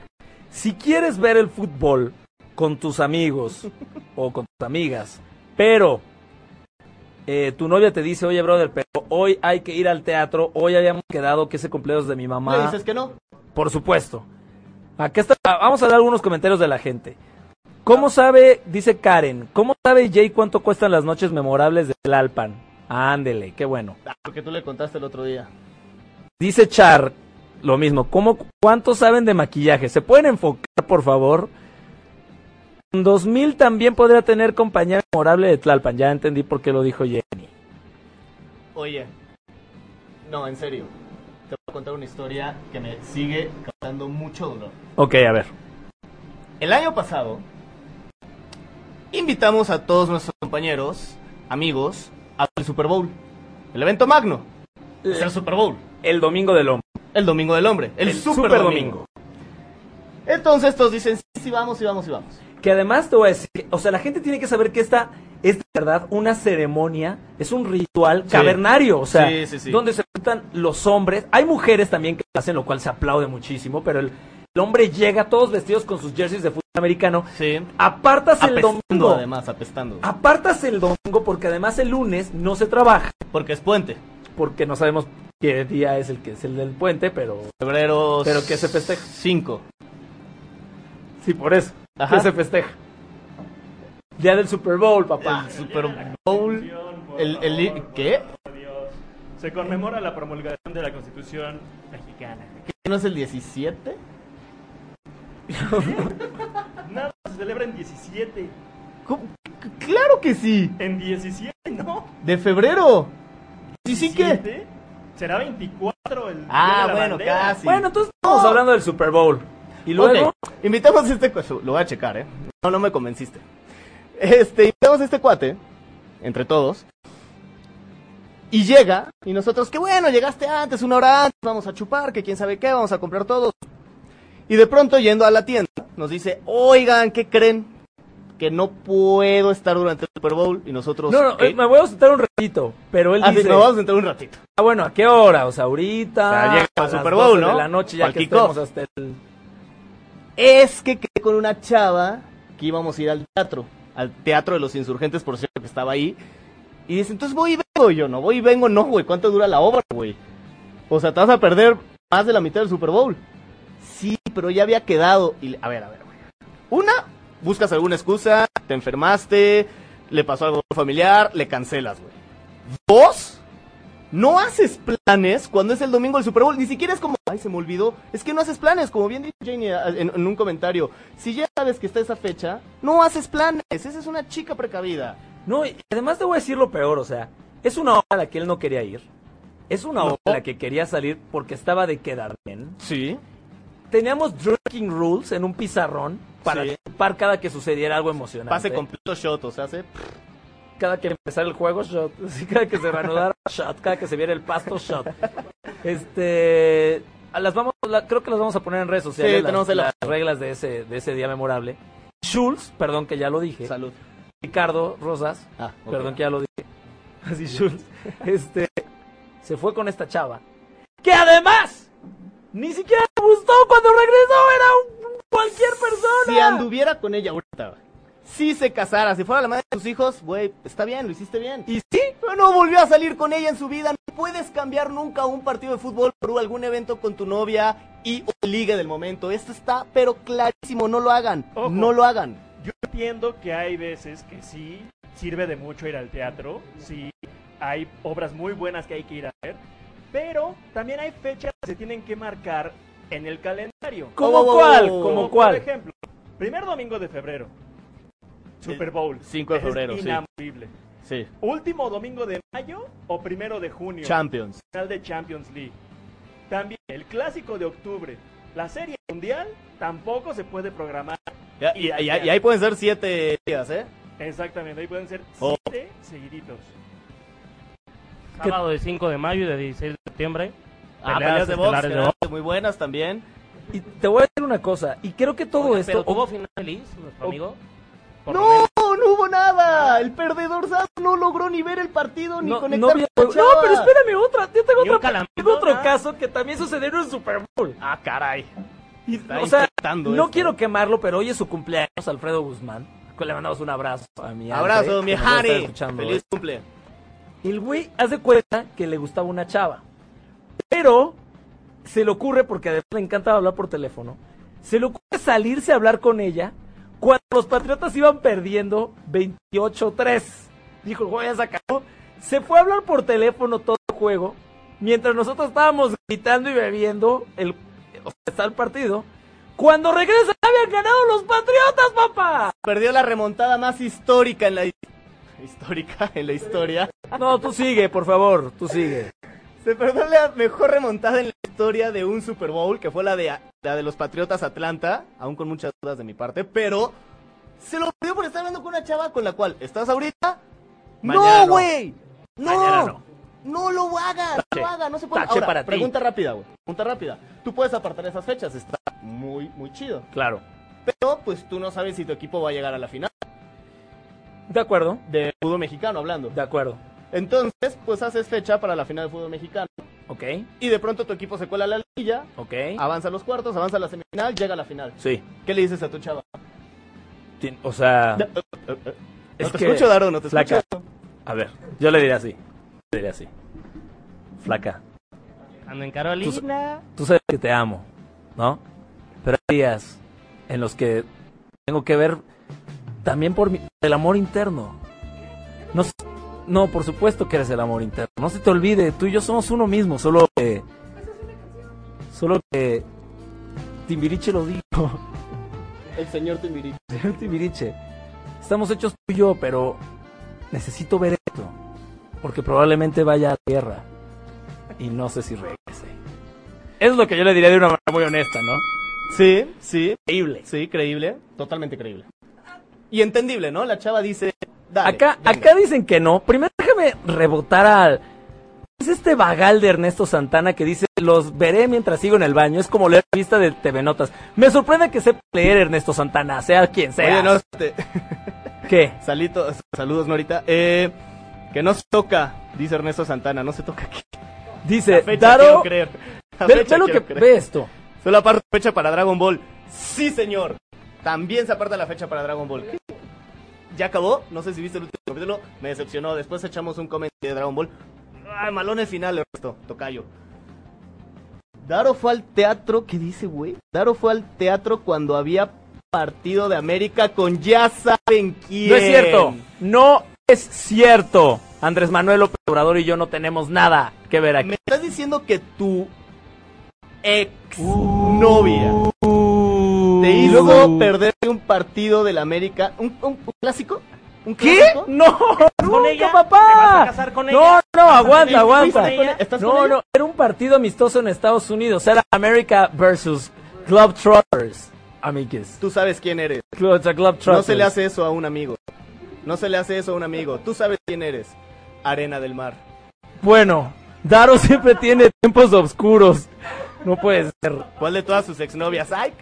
[SPEAKER 2] Si quieres ver el fútbol con tus amigos o con tus amigas, pero eh, tu novia te dice, oye, brother, pero hoy hay que ir al teatro, hoy habíamos quedado que ese cumpleaños de mi mamá.
[SPEAKER 3] Le dices que no.
[SPEAKER 2] Por supuesto. Acá está, ah, vamos a dar algunos comentarios de la gente. ¿Cómo sabe, dice Karen, cómo sabe Jay cuánto cuestan las noches memorables del Alpan? Ándele, qué bueno.
[SPEAKER 3] Ah, Porque tú le contaste el otro día.
[SPEAKER 2] Dice Char, lo mismo, ¿cómo, ¿cuánto saben de maquillaje? ¿Se pueden enfocar, por favor? En 2000 también podría tener compañía memorable de Tlalpan, ya entendí por qué lo dijo Jenny.
[SPEAKER 3] Oye, no, en serio. Te voy a contar una historia que me sigue causando mucho dolor.
[SPEAKER 2] Ok, a ver.
[SPEAKER 3] El año pasado, invitamos a todos nuestros compañeros, amigos, al Super Bowl. El evento magno. Es el Super Bowl.
[SPEAKER 2] El domingo del hombre.
[SPEAKER 3] Eh. El Domingo del Hombre. El,
[SPEAKER 2] El
[SPEAKER 3] Super,
[SPEAKER 2] Super
[SPEAKER 3] Domingo. Entonces todos dicen, sí, sí, vamos, sí, vamos, sí, vamos.
[SPEAKER 2] Que además te voy a decir, o sea, la gente tiene que saber que esta es de verdad una ceremonia, es un ritual cavernario, o sea,
[SPEAKER 3] Sí, sí, sí.
[SPEAKER 2] donde se juntan los hombres. Hay mujeres también que lo hacen, lo cual se aplaude muchísimo, pero el, el hombre llega todos vestidos con sus jerseys de fútbol americano.
[SPEAKER 3] Sí.
[SPEAKER 2] Apartas el
[SPEAKER 3] Apestando,
[SPEAKER 2] domingo.
[SPEAKER 3] además, apestando.
[SPEAKER 2] Apartas el domingo porque además el lunes no se trabaja,
[SPEAKER 3] Porque es puente.
[SPEAKER 2] porque no sabemos qué día es el que es el del puente, pero
[SPEAKER 3] Febrero.
[SPEAKER 2] Pero que se festeja.
[SPEAKER 3] 5.
[SPEAKER 2] sí por eso.
[SPEAKER 3] Ajá.
[SPEAKER 2] Que se festeja. Día del Super Bowl, papá.
[SPEAKER 3] El Super Bowl. El, el- ¿Qué?
[SPEAKER 1] Se conmemora la promulgación de la Constitución mexicana.
[SPEAKER 3] ¿Qué ¿No es el 17?
[SPEAKER 1] Nada, se celebra en 17.
[SPEAKER 3] ¿Cómo? ¡Claro que sí!
[SPEAKER 1] En 17, ¿no?
[SPEAKER 3] ¡De febrero! ¿Sí, sí que?
[SPEAKER 1] 17, Será 24 el. día
[SPEAKER 3] Ah,
[SPEAKER 1] de la
[SPEAKER 3] bueno,
[SPEAKER 1] bandera.
[SPEAKER 3] casi.
[SPEAKER 2] Bueno, entonces estamos hablando del Super Bowl. Y luego,
[SPEAKER 3] Ok, invitamos a este cuate. Lo voy a checar, ¿eh? No, no me convenciste. Este, invitamos a este cuate, entre todos. Y llega, y nosotros, que bueno, llegaste antes, una hora antes, vamos a chupar, que quién sabe qué, vamos a comprar todos. Y de pronto, yendo a la tienda, nos dice, oigan, ¿qué creen? Que no puedo estar durante el Super Bowl. Y nosotros,
[SPEAKER 2] no, no,
[SPEAKER 3] ¿qué? Ah,
[SPEAKER 2] eh, me voy a sentar un ratito, pero él
[SPEAKER 3] Así,
[SPEAKER 2] dice,
[SPEAKER 3] nos vamos a entrar un ratito.
[SPEAKER 2] ah, bueno, ¿a qué hora? O sea, ahorita,
[SPEAKER 3] O sea, llega
[SPEAKER 2] a
[SPEAKER 3] al
[SPEAKER 2] las
[SPEAKER 3] Super
[SPEAKER 2] 12
[SPEAKER 3] Bowl,
[SPEAKER 2] de
[SPEAKER 3] ¿no?
[SPEAKER 2] la noche, ya
[SPEAKER 3] Al
[SPEAKER 2] que
[SPEAKER 3] kickoff.
[SPEAKER 2] estemos hasta el...
[SPEAKER 3] Es que quedé con una chava que íbamos a ir al teatro, al teatro de los insurgentes, por cierto, que estaba ahí. Y dice, entonces voy y vengo. Y yo, no voy y vengo, no, güey. ¿Cuánto dura la obra, güey? O sea, te vas a perder más de la mitad del Super Bowl. Sí, pero ya había quedado. Y, le- a ver, a ver, güey. Una, buscas alguna excusa, te enfermaste, le pasó algo familiar, le cancelas, güey. Dos, no haces planes cuando es el domingo del Super Bowl. Ni siquiera es como, ay, se me olvidó. Es que no haces planes, como bien dijo Janie eh, en, en un comentario. Si ya sabes que está esa fecha, no haces planes. Esa es una chica precavida.
[SPEAKER 2] No, y además te voy a decir lo peor, o sea, es una hora a la que él no quería ir, es una hora a la que quería salir porque estaba de quedar bien.
[SPEAKER 3] Sí.
[SPEAKER 2] Teníamos drinking rules en un pizarrón para
[SPEAKER 3] Sí.
[SPEAKER 2] disculpar cada que sucediera algo emocionante.
[SPEAKER 3] Pase completo shot, o sea, hace.
[SPEAKER 2] cada que empezara el juego, shot. Sí, cada que se reanudara, shot. Cada que se viera el pasto, shot. Este. a Las vamos, la- creo que las vamos a poner en redes sociales.
[SPEAKER 3] Sí,
[SPEAKER 2] las,
[SPEAKER 3] tenemos el-
[SPEAKER 2] las reglas de ese, de ese día memorable. Schultz, perdón que ya lo dije.
[SPEAKER 3] Salud.
[SPEAKER 2] Ricardo Rosas,
[SPEAKER 3] Ah, ok.
[SPEAKER 2] perdón que ya lo dije. Así Schultz. Este. Se fue con esta chava. Que además. Ni siquiera le gustó cuando regresó. Era un- cualquier persona.
[SPEAKER 3] Si anduviera con ella ahorita, güey, si se casara, si fuera la madre de sus hijos, güey, está bien, lo hiciste bien.
[SPEAKER 2] Y sí,
[SPEAKER 3] Pero no volvió a salir con ella en su vida. No puedes cambiar nunca un partido de fútbol por algún evento con tu novia y o liga del momento. Esto está, pero clarísimo. No lo hagan.
[SPEAKER 1] Ojo.
[SPEAKER 3] No lo hagan.
[SPEAKER 1] Yo entiendo que hay veces que sí sirve de mucho ir al teatro, sí hay obras muy buenas que hay que ir a ver, pero también hay fechas que se tienen que marcar en el calendario.
[SPEAKER 2] ¿Cómo
[SPEAKER 3] Oh,
[SPEAKER 2] cuál?
[SPEAKER 3] oh, oh,
[SPEAKER 2] ¿Cómo
[SPEAKER 1] Como
[SPEAKER 2] cuál?
[SPEAKER 1] Por ejemplo, primer domingo de febrero, Super Bowl.
[SPEAKER 3] 5 de
[SPEAKER 1] Es
[SPEAKER 3] febrero, sí.
[SPEAKER 1] inamovible.
[SPEAKER 3] Sí.
[SPEAKER 1] Último domingo de mayo o primero de junio.
[SPEAKER 3] Champions.
[SPEAKER 1] final de Champions League. También el clásico de octubre. La serie mundial tampoco se puede programar.
[SPEAKER 3] Ya- Y, y- y ahí pueden ser siete días, ¿eh?
[SPEAKER 1] Exactamente, ahí pueden ser
[SPEAKER 3] Oh.
[SPEAKER 1] siete seguiditos.
[SPEAKER 6] Sábado de 5 de mayo y de 16 de septiembre.
[SPEAKER 3] Ah,
[SPEAKER 6] Peleas
[SPEAKER 3] peleas de box,
[SPEAKER 6] estelares de
[SPEAKER 3] peleas muy buenas también.
[SPEAKER 2] Y te voy a decir una cosa, y creo que todo
[SPEAKER 6] Oye,
[SPEAKER 2] esto.
[SPEAKER 6] Pero hubo
[SPEAKER 5] oh.
[SPEAKER 6] final feliz, nuestro amigo. Por lo
[SPEAKER 3] No, no hubo nada. El perdedor Sanz no logró ni ver el partido ni
[SPEAKER 2] no,
[SPEAKER 3] conectar
[SPEAKER 2] no, había-
[SPEAKER 3] con
[SPEAKER 2] no,
[SPEAKER 3] la chava.
[SPEAKER 2] pero espérame otra. Yo tengo
[SPEAKER 6] Ni un
[SPEAKER 2] otra-
[SPEAKER 6] calamar,
[SPEAKER 2] tengo otro
[SPEAKER 6] nada.
[SPEAKER 2] caso que también sucedió en el Super Bowl.
[SPEAKER 3] Ah, caray.
[SPEAKER 2] Y,
[SPEAKER 3] Está
[SPEAKER 2] o sea,
[SPEAKER 3] infectando
[SPEAKER 2] no
[SPEAKER 3] esto.
[SPEAKER 2] quiero quemarlo, pero hoy es su cumpleaños, Alfredo Guzmán. Le mandamos un abrazo a mi Alfred,
[SPEAKER 3] Abrazo, mi
[SPEAKER 2] que nos va a estar
[SPEAKER 3] Jari.
[SPEAKER 2] escuchando eh.
[SPEAKER 3] Feliz
[SPEAKER 2] hoy.
[SPEAKER 3] cumple.
[SPEAKER 2] El güey hace cuenta que le gustaba una chava. Pero se le ocurre, porque además le encanta hablar por teléfono, se le ocurre salirse a hablar con ella cuando los Patriotas iban perdiendo 28-3. Dijo, el juego ya se acabó. Se fue a hablar por teléfono todo el juego, mientras nosotros estábamos gritando y bebiendo el, o sea, está el partido. Cuando regresa, habían ganado los Patriotas, papá.
[SPEAKER 3] Perdió la remontada más histórica en la histórica en la historia.
[SPEAKER 2] No, tú sigue, por favor, tú sigue.
[SPEAKER 3] Se perdió la mejor remontada en la historia de un Super Bowl, que fue la de, la de los Patriotas Atlanta, aún con muchas dudas de mi parte, pero se lo perdió por estar hablando con una chava con la cual estás ahorita.
[SPEAKER 6] Mañana
[SPEAKER 3] ¡No,
[SPEAKER 6] no.
[SPEAKER 3] güey!
[SPEAKER 2] Mañana
[SPEAKER 3] ¡No!
[SPEAKER 2] no.
[SPEAKER 3] no. lo hagas, no lo hagas, no se puede.
[SPEAKER 2] Tache
[SPEAKER 3] Ahora,
[SPEAKER 2] para ti.
[SPEAKER 3] pregunta rápida, güey. Pregunta rápida. Tú puedes apartar esas fechas, está muy, muy chido.
[SPEAKER 2] Claro.
[SPEAKER 3] Pero, pues tú no sabes si tu equipo va a llegar a la final
[SPEAKER 2] De acuerdo,
[SPEAKER 3] de fútbol mexicano hablando.
[SPEAKER 2] de acuerdo.
[SPEAKER 3] Entonces, pues haces fecha para la final de fútbol mexicano.
[SPEAKER 2] Ok,
[SPEAKER 3] Y de pronto tu equipo se cuela a la liguilla,
[SPEAKER 2] ok.
[SPEAKER 3] avanza a los cuartos, avanza a la semifinal, llega a la final.
[SPEAKER 2] Sí.
[SPEAKER 3] ¿Qué le dices a tu chava?
[SPEAKER 2] Tien- O sea,
[SPEAKER 3] No, eh,
[SPEAKER 2] es
[SPEAKER 3] te
[SPEAKER 2] que-
[SPEAKER 3] escucho, Daro, no te
[SPEAKER 2] flaca.
[SPEAKER 3] escucho.
[SPEAKER 2] A ver, yo le diré así. Le diré así. Flaca,
[SPEAKER 6] menos. Ando en Carolina.
[SPEAKER 2] tú sabes que te amo, ¿no? Pero hay días en los que tengo que ver también por mi- el amor interno. No, s- no, por supuesto que eres el amor interno. No se te olvide, tú y yo somos uno mismo, solo que... Solo que... Timbiriche lo dijo.
[SPEAKER 3] El señor Timbiriche.
[SPEAKER 2] Señor Timbiriche, estamos hechos tú y yo, pero necesito ver esto. Porque probablemente vaya a la tierra. Y no sé si regrese. Eso es lo que yo le diría de una manera muy honesta, ¿no?
[SPEAKER 3] Sí, sí,
[SPEAKER 2] Increíble.
[SPEAKER 3] sí, creíble. Totalmente creíble. Y entendible, ¿no? La chava dice. Dale,
[SPEAKER 2] Acá,
[SPEAKER 3] venga.
[SPEAKER 2] acá dicen que no. Primero déjame rebotar al. Es este vagal de Ernesto Santana que dice: Los veré mientras sigo en el baño. Es como leer revista de TV Notas. Me sorprende que sepa leer Ernesto Santana, sea quien sea.
[SPEAKER 3] Oye, no, te-
[SPEAKER 2] ¿Qué?
[SPEAKER 3] Salito, saludos, Norita. Eh, que no se toca, dice Ernesto Santana, no se toca aquí.
[SPEAKER 2] Dice:
[SPEAKER 3] Fecha, quiero
[SPEAKER 2] Daro.
[SPEAKER 3] creer. A
[SPEAKER 2] Ve,
[SPEAKER 3] fecha
[SPEAKER 2] ve lo que,
[SPEAKER 3] quiero creer.
[SPEAKER 2] ve esto.
[SPEAKER 3] Solo aparta fecha para Dragon Ball. Sí, señor. También se aparta la fecha para Dragon Ball. ¿Qué? Ya acabó. No sé si viste el último capítulo. Me decepcionó. Después echamos un comentario de Dragon Ball. Ay, malón el final, Ernesto. Tocayo. Daro fue al teatro. ¿Qué dice, güey? Daro fue al teatro cuando había partido de América con ya saben quién.
[SPEAKER 2] No es cierto. No es cierto. Andrés Manuel López Obrador y yo no tenemos nada que ver aquí.
[SPEAKER 3] Me estás diciendo que tu ex novia te
[SPEAKER 2] y
[SPEAKER 3] hizo
[SPEAKER 2] luego-
[SPEAKER 3] perder un partido del América, un, un- un clásico, un
[SPEAKER 2] ¿Qué?
[SPEAKER 3] clásico.
[SPEAKER 2] No, nunca,
[SPEAKER 5] ella?
[SPEAKER 2] papá.
[SPEAKER 5] ¿Te vas a casar con
[SPEAKER 2] No,
[SPEAKER 5] ella?
[SPEAKER 2] no, aguanta,
[SPEAKER 3] ¿Estás con
[SPEAKER 2] aguanta.
[SPEAKER 3] ella? ¿Estás con
[SPEAKER 2] No,
[SPEAKER 3] ella?
[SPEAKER 2] no, era un partido amistoso en Estados Unidos. Era America versus Globetrotters, amigues.
[SPEAKER 3] Tú sabes quién eres.
[SPEAKER 2] Glo- the Globetrotters.
[SPEAKER 3] No se le hace eso a un amigo. No se le hace eso a un amigo. Tú sabes quién eres. Arena del Mar.
[SPEAKER 2] Bueno, Daro siempre tiene tiempos oscuros. No puede ser.
[SPEAKER 3] ¿Cuál de todas sus exnovias? Ay,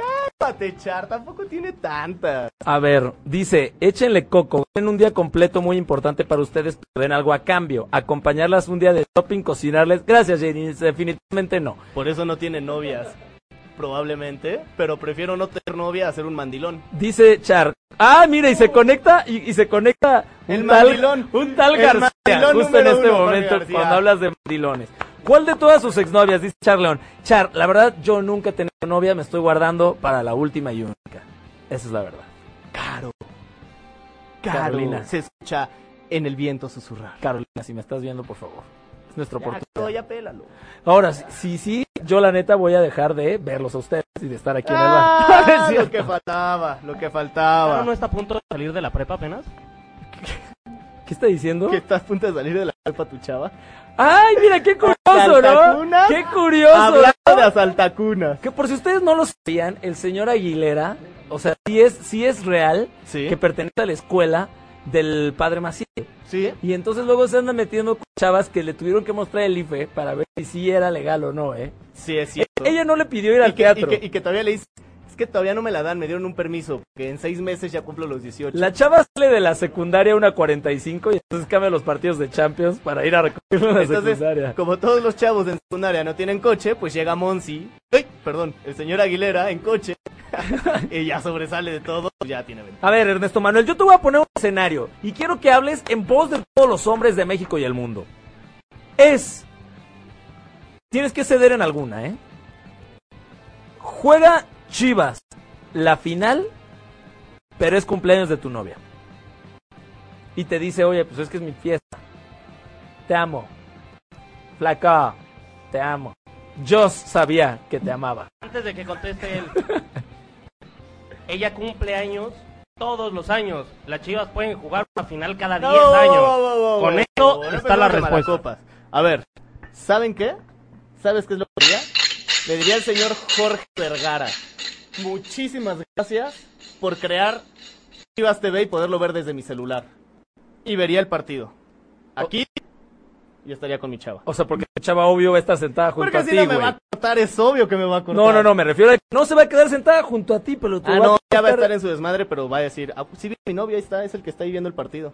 [SPEAKER 3] cálmate, Char. Tampoco tiene tantas.
[SPEAKER 2] A ver, dice, échenle coco, en un día completo muy importante para ustedes, pero den algo a cambio, acompañarlas un día de shopping, cocinarles. Gracias, Jenny, definitivamente no.
[SPEAKER 3] Por eso no tiene novias. Probablemente. Pero prefiero no tener novia a ser un mandilón.
[SPEAKER 2] Dice Char, ah, mira, y se conecta, y, y se conecta un
[SPEAKER 3] El
[SPEAKER 2] tal,
[SPEAKER 3] mandilón.
[SPEAKER 2] un tal
[SPEAKER 3] El
[SPEAKER 2] García,
[SPEAKER 3] mandilón
[SPEAKER 2] justo en
[SPEAKER 3] número
[SPEAKER 2] este
[SPEAKER 3] uno, Jorge
[SPEAKER 2] momento,
[SPEAKER 3] García.
[SPEAKER 2] cuando hablas de mandilones. ¿Cuál de todas sus exnovias? Dice Char León. Char, la verdad, yo nunca he tenido novia, me estoy guardando para la última y única. Esa es la verdad.
[SPEAKER 3] Caro.
[SPEAKER 2] Carolina.
[SPEAKER 3] Carolina. Se escucha en el viento susurrar.
[SPEAKER 2] Carolina, si me estás viendo, por favor. Es nuestra oportunidad.
[SPEAKER 3] ya pélalo.
[SPEAKER 2] Ahora, si sí, sí, yo la neta voy a dejar de verlos a ustedes y de estar aquí en el bar. No es
[SPEAKER 3] Ah, lo
[SPEAKER 2] cierto.
[SPEAKER 3] que faltaba, lo que faltaba.
[SPEAKER 6] Claro, no está a punto de salir de la prepa apenas.
[SPEAKER 2] ¿Qué está diciendo?
[SPEAKER 3] Que está a punto de salir de la alfa tu chava.
[SPEAKER 2] ¡Ay, mira, qué curioso, ¿no?
[SPEAKER 3] Asaltacunas.
[SPEAKER 2] ¡Qué curioso!
[SPEAKER 3] Hablando
[SPEAKER 2] ¿no?
[SPEAKER 3] de asaltacunas.
[SPEAKER 2] Que por si ustedes no lo sabían, el señor Aguilera, o sea, sí es, sí es real
[SPEAKER 3] Sí.
[SPEAKER 2] que pertenece a la escuela del padre Maciel.
[SPEAKER 3] Sí.
[SPEAKER 2] Y entonces luego se anda metiendo con chavas que le tuvieron que mostrar el IFE para ver si sí era legal o no, ¿eh?
[SPEAKER 3] Sí, es cierto.
[SPEAKER 2] Ella no le pidió ir
[SPEAKER 3] y
[SPEAKER 2] al
[SPEAKER 3] que,
[SPEAKER 2] teatro.
[SPEAKER 3] Y que, y que todavía le dice, es que todavía no me la dan, me dieron un permiso, que en seis meses ya cumplo los 18.
[SPEAKER 2] La chava sale de la secundaria a una 45 y entonces cambia los partidos de Champions para ir a recogerlo en la
[SPEAKER 3] Entonces,
[SPEAKER 2] secundaria.
[SPEAKER 3] como todos los chavos en secundaria no tienen coche, pues llega Monsi, ¡ay! perdón, el señor Aguilera en coche, y ya sobresale de todo, ya tiene ventaja.
[SPEAKER 2] A ver, Ernesto Manuel, yo te voy a poner un escenario y quiero que hables en voz de todos los hombres de México y el mundo. Es. Tienes que ceder en alguna, ¿eh? Juega Chivas la final, pero es cumpleaños de tu novia. Y te dice, oye, pues es que es mi fiesta. Te amo. Flaca, te amo. Yo sabía que te amaba.
[SPEAKER 6] Antes de que conteste él. Ella cumple años todos los años. Las chivas pueden jugar una final cada 10 años. Con
[SPEAKER 3] eso
[SPEAKER 6] esto está la respuesta.
[SPEAKER 3] A ver, ¿saben qué? ¿Sabes qué es lo que diría? Le diría al señor Jorge Vergara. Muchísimas gracias por crear Chivas TV y poderlo ver desde mi celular. Y vería el partido. Aquí y estaría con mi chava.
[SPEAKER 2] O sea, porque la chava obvio va a estar sentada junto
[SPEAKER 3] Porque
[SPEAKER 2] a ti,
[SPEAKER 3] si no me
[SPEAKER 2] güey.
[SPEAKER 3] va a cortar, es obvio que me va a cortar.
[SPEAKER 2] No, no, no, me refiero a que no se va a quedar sentada junto a ti, pero tú
[SPEAKER 3] Ah, no, ya va a estar en su desmadre, pero va a decir, ah, sí, mi novia ahí está, es el que está ahí viendo el partido.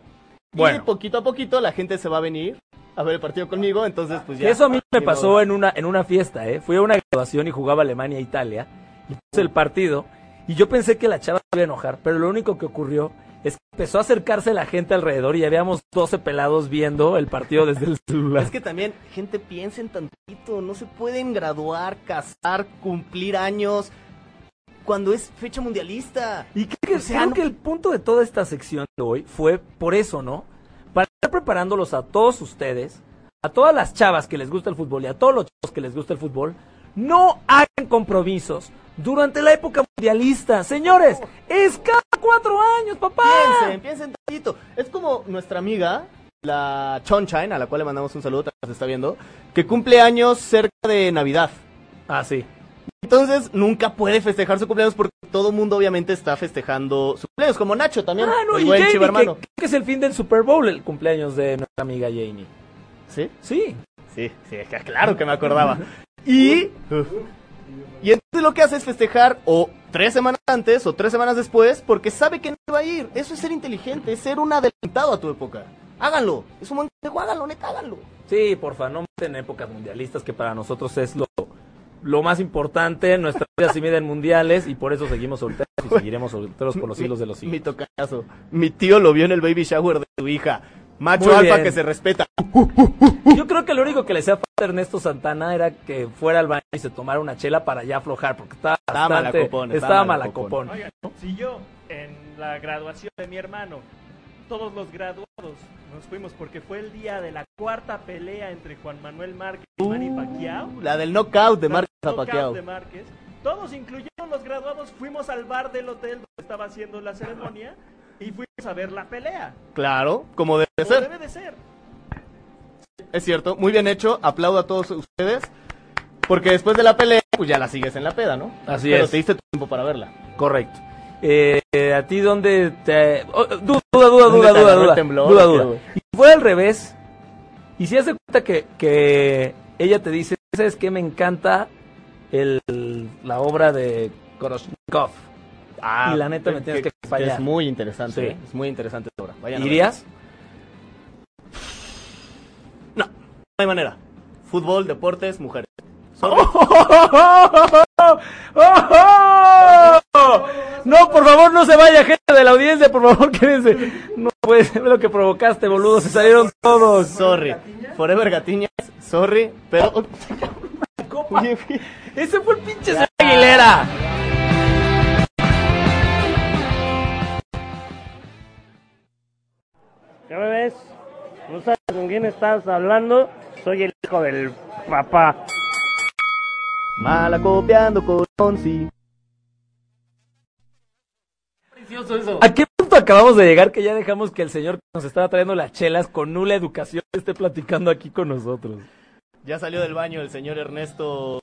[SPEAKER 2] Bueno.
[SPEAKER 3] Y poquito a poquito la gente se va a venir a ver el partido conmigo, entonces pues ya.
[SPEAKER 2] Eso a mí me
[SPEAKER 3] Ni
[SPEAKER 2] pasó
[SPEAKER 3] modo.
[SPEAKER 2] en una, en una fiesta, ¿eh? Fui a una graduación y jugaba Alemania-Italia, y puse el partido, y yo pensé que la chava se iba a enojar, pero lo único que ocurrió es que empezó a acercarse la gente alrededor y habíamos 12 pelados viendo el partido desde el celular.
[SPEAKER 3] Es que también, gente, piensen tantito, no se pueden graduar, casar, cumplir años, cuando es fecha mundialista.
[SPEAKER 2] Y creo que,
[SPEAKER 3] O sea,
[SPEAKER 2] creo
[SPEAKER 3] Pues no-
[SPEAKER 2] que el punto de toda esta sección de hoy fue por eso, ¿no? Para estar preparándolos a todos ustedes, a todas las chavas que les gusta el fútbol y a todos los chavos que les gusta el fútbol, no hagan compromisos durante la época mundialista. Señores, es cada cuatro años, papá.
[SPEAKER 3] Piensen, piensen tantito. Es como nuestra amiga, la Chonchain, a la cual le mandamos un saludo, nos está viendo, que cumple años cerca de Navidad.
[SPEAKER 2] Ah, sí.
[SPEAKER 3] Entonces nunca puede festejar su cumpleaños porque todo mundo obviamente está festejando su cumpleaños, como Nacho también,
[SPEAKER 2] Ah, no,
[SPEAKER 3] el
[SPEAKER 2] y
[SPEAKER 3] buen
[SPEAKER 2] Jamie, que,
[SPEAKER 3] chivarmano.
[SPEAKER 2] creo que es el fin del Super Bowl, el cumpleaños de nuestra amiga Jamie.
[SPEAKER 3] ¿Sí?
[SPEAKER 2] Sí.
[SPEAKER 3] Sí, sí, es que claro que me acordaba. Y. Y entonces lo que hace es festejar o tres semanas antes o tres semanas después porque sabe que no va a ir. Eso es ser inteligente, es ser un adelantado a tu época. Háganlo, es un buen consejo, háganlo, neta, háganlo.
[SPEAKER 2] Sí, porfa, no maten épocas mundialistas que para nosotros es lo, lo más importante. Nuestra vida se mide en mundiales y por eso seguimos solteros y seguiremos solteros por los siglos de los
[SPEAKER 3] Mi
[SPEAKER 2] siglos.
[SPEAKER 3] tocazo. Mi tío lo vio en el baby shower de su hija. Macho
[SPEAKER 2] Muy
[SPEAKER 3] alfa
[SPEAKER 2] bien.
[SPEAKER 3] que se respeta.
[SPEAKER 2] Yo creo que lo único que le hacía falta a Ernesto Santana era que fuera al baño y se tomara una chela para ya aflojar, porque estaba
[SPEAKER 3] Estaba
[SPEAKER 2] bastante-
[SPEAKER 3] malacopón, estaba
[SPEAKER 2] estaba
[SPEAKER 3] malacopón.
[SPEAKER 2] malacopón.
[SPEAKER 1] Oigan, si yo en la graduación de mi hermano, todos los graduados nos fuimos porque fue el día de la cuarta pelea entre Juan Manuel Márquez y Manny Pacquiao.
[SPEAKER 3] Uh, La del knockout de Marcos
[SPEAKER 1] Knockout
[SPEAKER 3] Zapaqueado.
[SPEAKER 1] de Márquez. Todos, incluyendo los graduados, fuimos al bar del hotel donde estaba haciendo la ceremonia y fuimos a ver la pelea.
[SPEAKER 3] Claro, como debe
[SPEAKER 1] Como
[SPEAKER 3] ser.
[SPEAKER 1] debe de ser.
[SPEAKER 3] Es cierto, muy bien hecho. Aplaudo a todos ustedes. Porque después de la pelea, pues ya la sigues en la peda, ¿no?
[SPEAKER 2] Así
[SPEAKER 3] Pero
[SPEAKER 2] es.
[SPEAKER 3] te diste tu tiempo para verla.
[SPEAKER 2] Correcto. Eh, eh, a ti dónde te oh, duda duda duda duda
[SPEAKER 3] te
[SPEAKER 2] duda
[SPEAKER 3] agarró el
[SPEAKER 2] duda,
[SPEAKER 3] temblor,
[SPEAKER 2] duda,
[SPEAKER 3] o qué,
[SPEAKER 2] duda.
[SPEAKER 3] güey?
[SPEAKER 2] Y fue al revés. Y si hace cuenta que, que ella te dice, "¿Sabes qué me encanta el la obra de Koroshnikov?"
[SPEAKER 3] Ah,
[SPEAKER 2] Y la neta me tienes que acompañar.
[SPEAKER 3] Es muy interesante,
[SPEAKER 2] Sí.
[SPEAKER 3] ¿eh? es muy interesante esta obra. Vayan a
[SPEAKER 2] ¿Irías?
[SPEAKER 3] verla. No, no hay manera. Fútbol, deportes, mujeres.
[SPEAKER 2] No, por favor, no se vaya gente de la audiencia, por favor, quédense. No puede ser lo que provocaste, boludo, se salieron todos.
[SPEAKER 3] Sorry. Forever Gatiñas, sorry, pero... Oye, güey.
[SPEAKER 2] Ese fue el pinche Sergio Aguilera.
[SPEAKER 5] ¿Ya me ves? No sabes con quién estás hablando. Soy el hijo del papá.
[SPEAKER 3] Malacopiando con sí.
[SPEAKER 2] ¿A qué punto acabamos de llegar que ya dejamos que el señor que nos estaba trayendo las chelas con nula educación esté platicando aquí con nosotros?
[SPEAKER 3] Ya salió del baño el señor Ernesto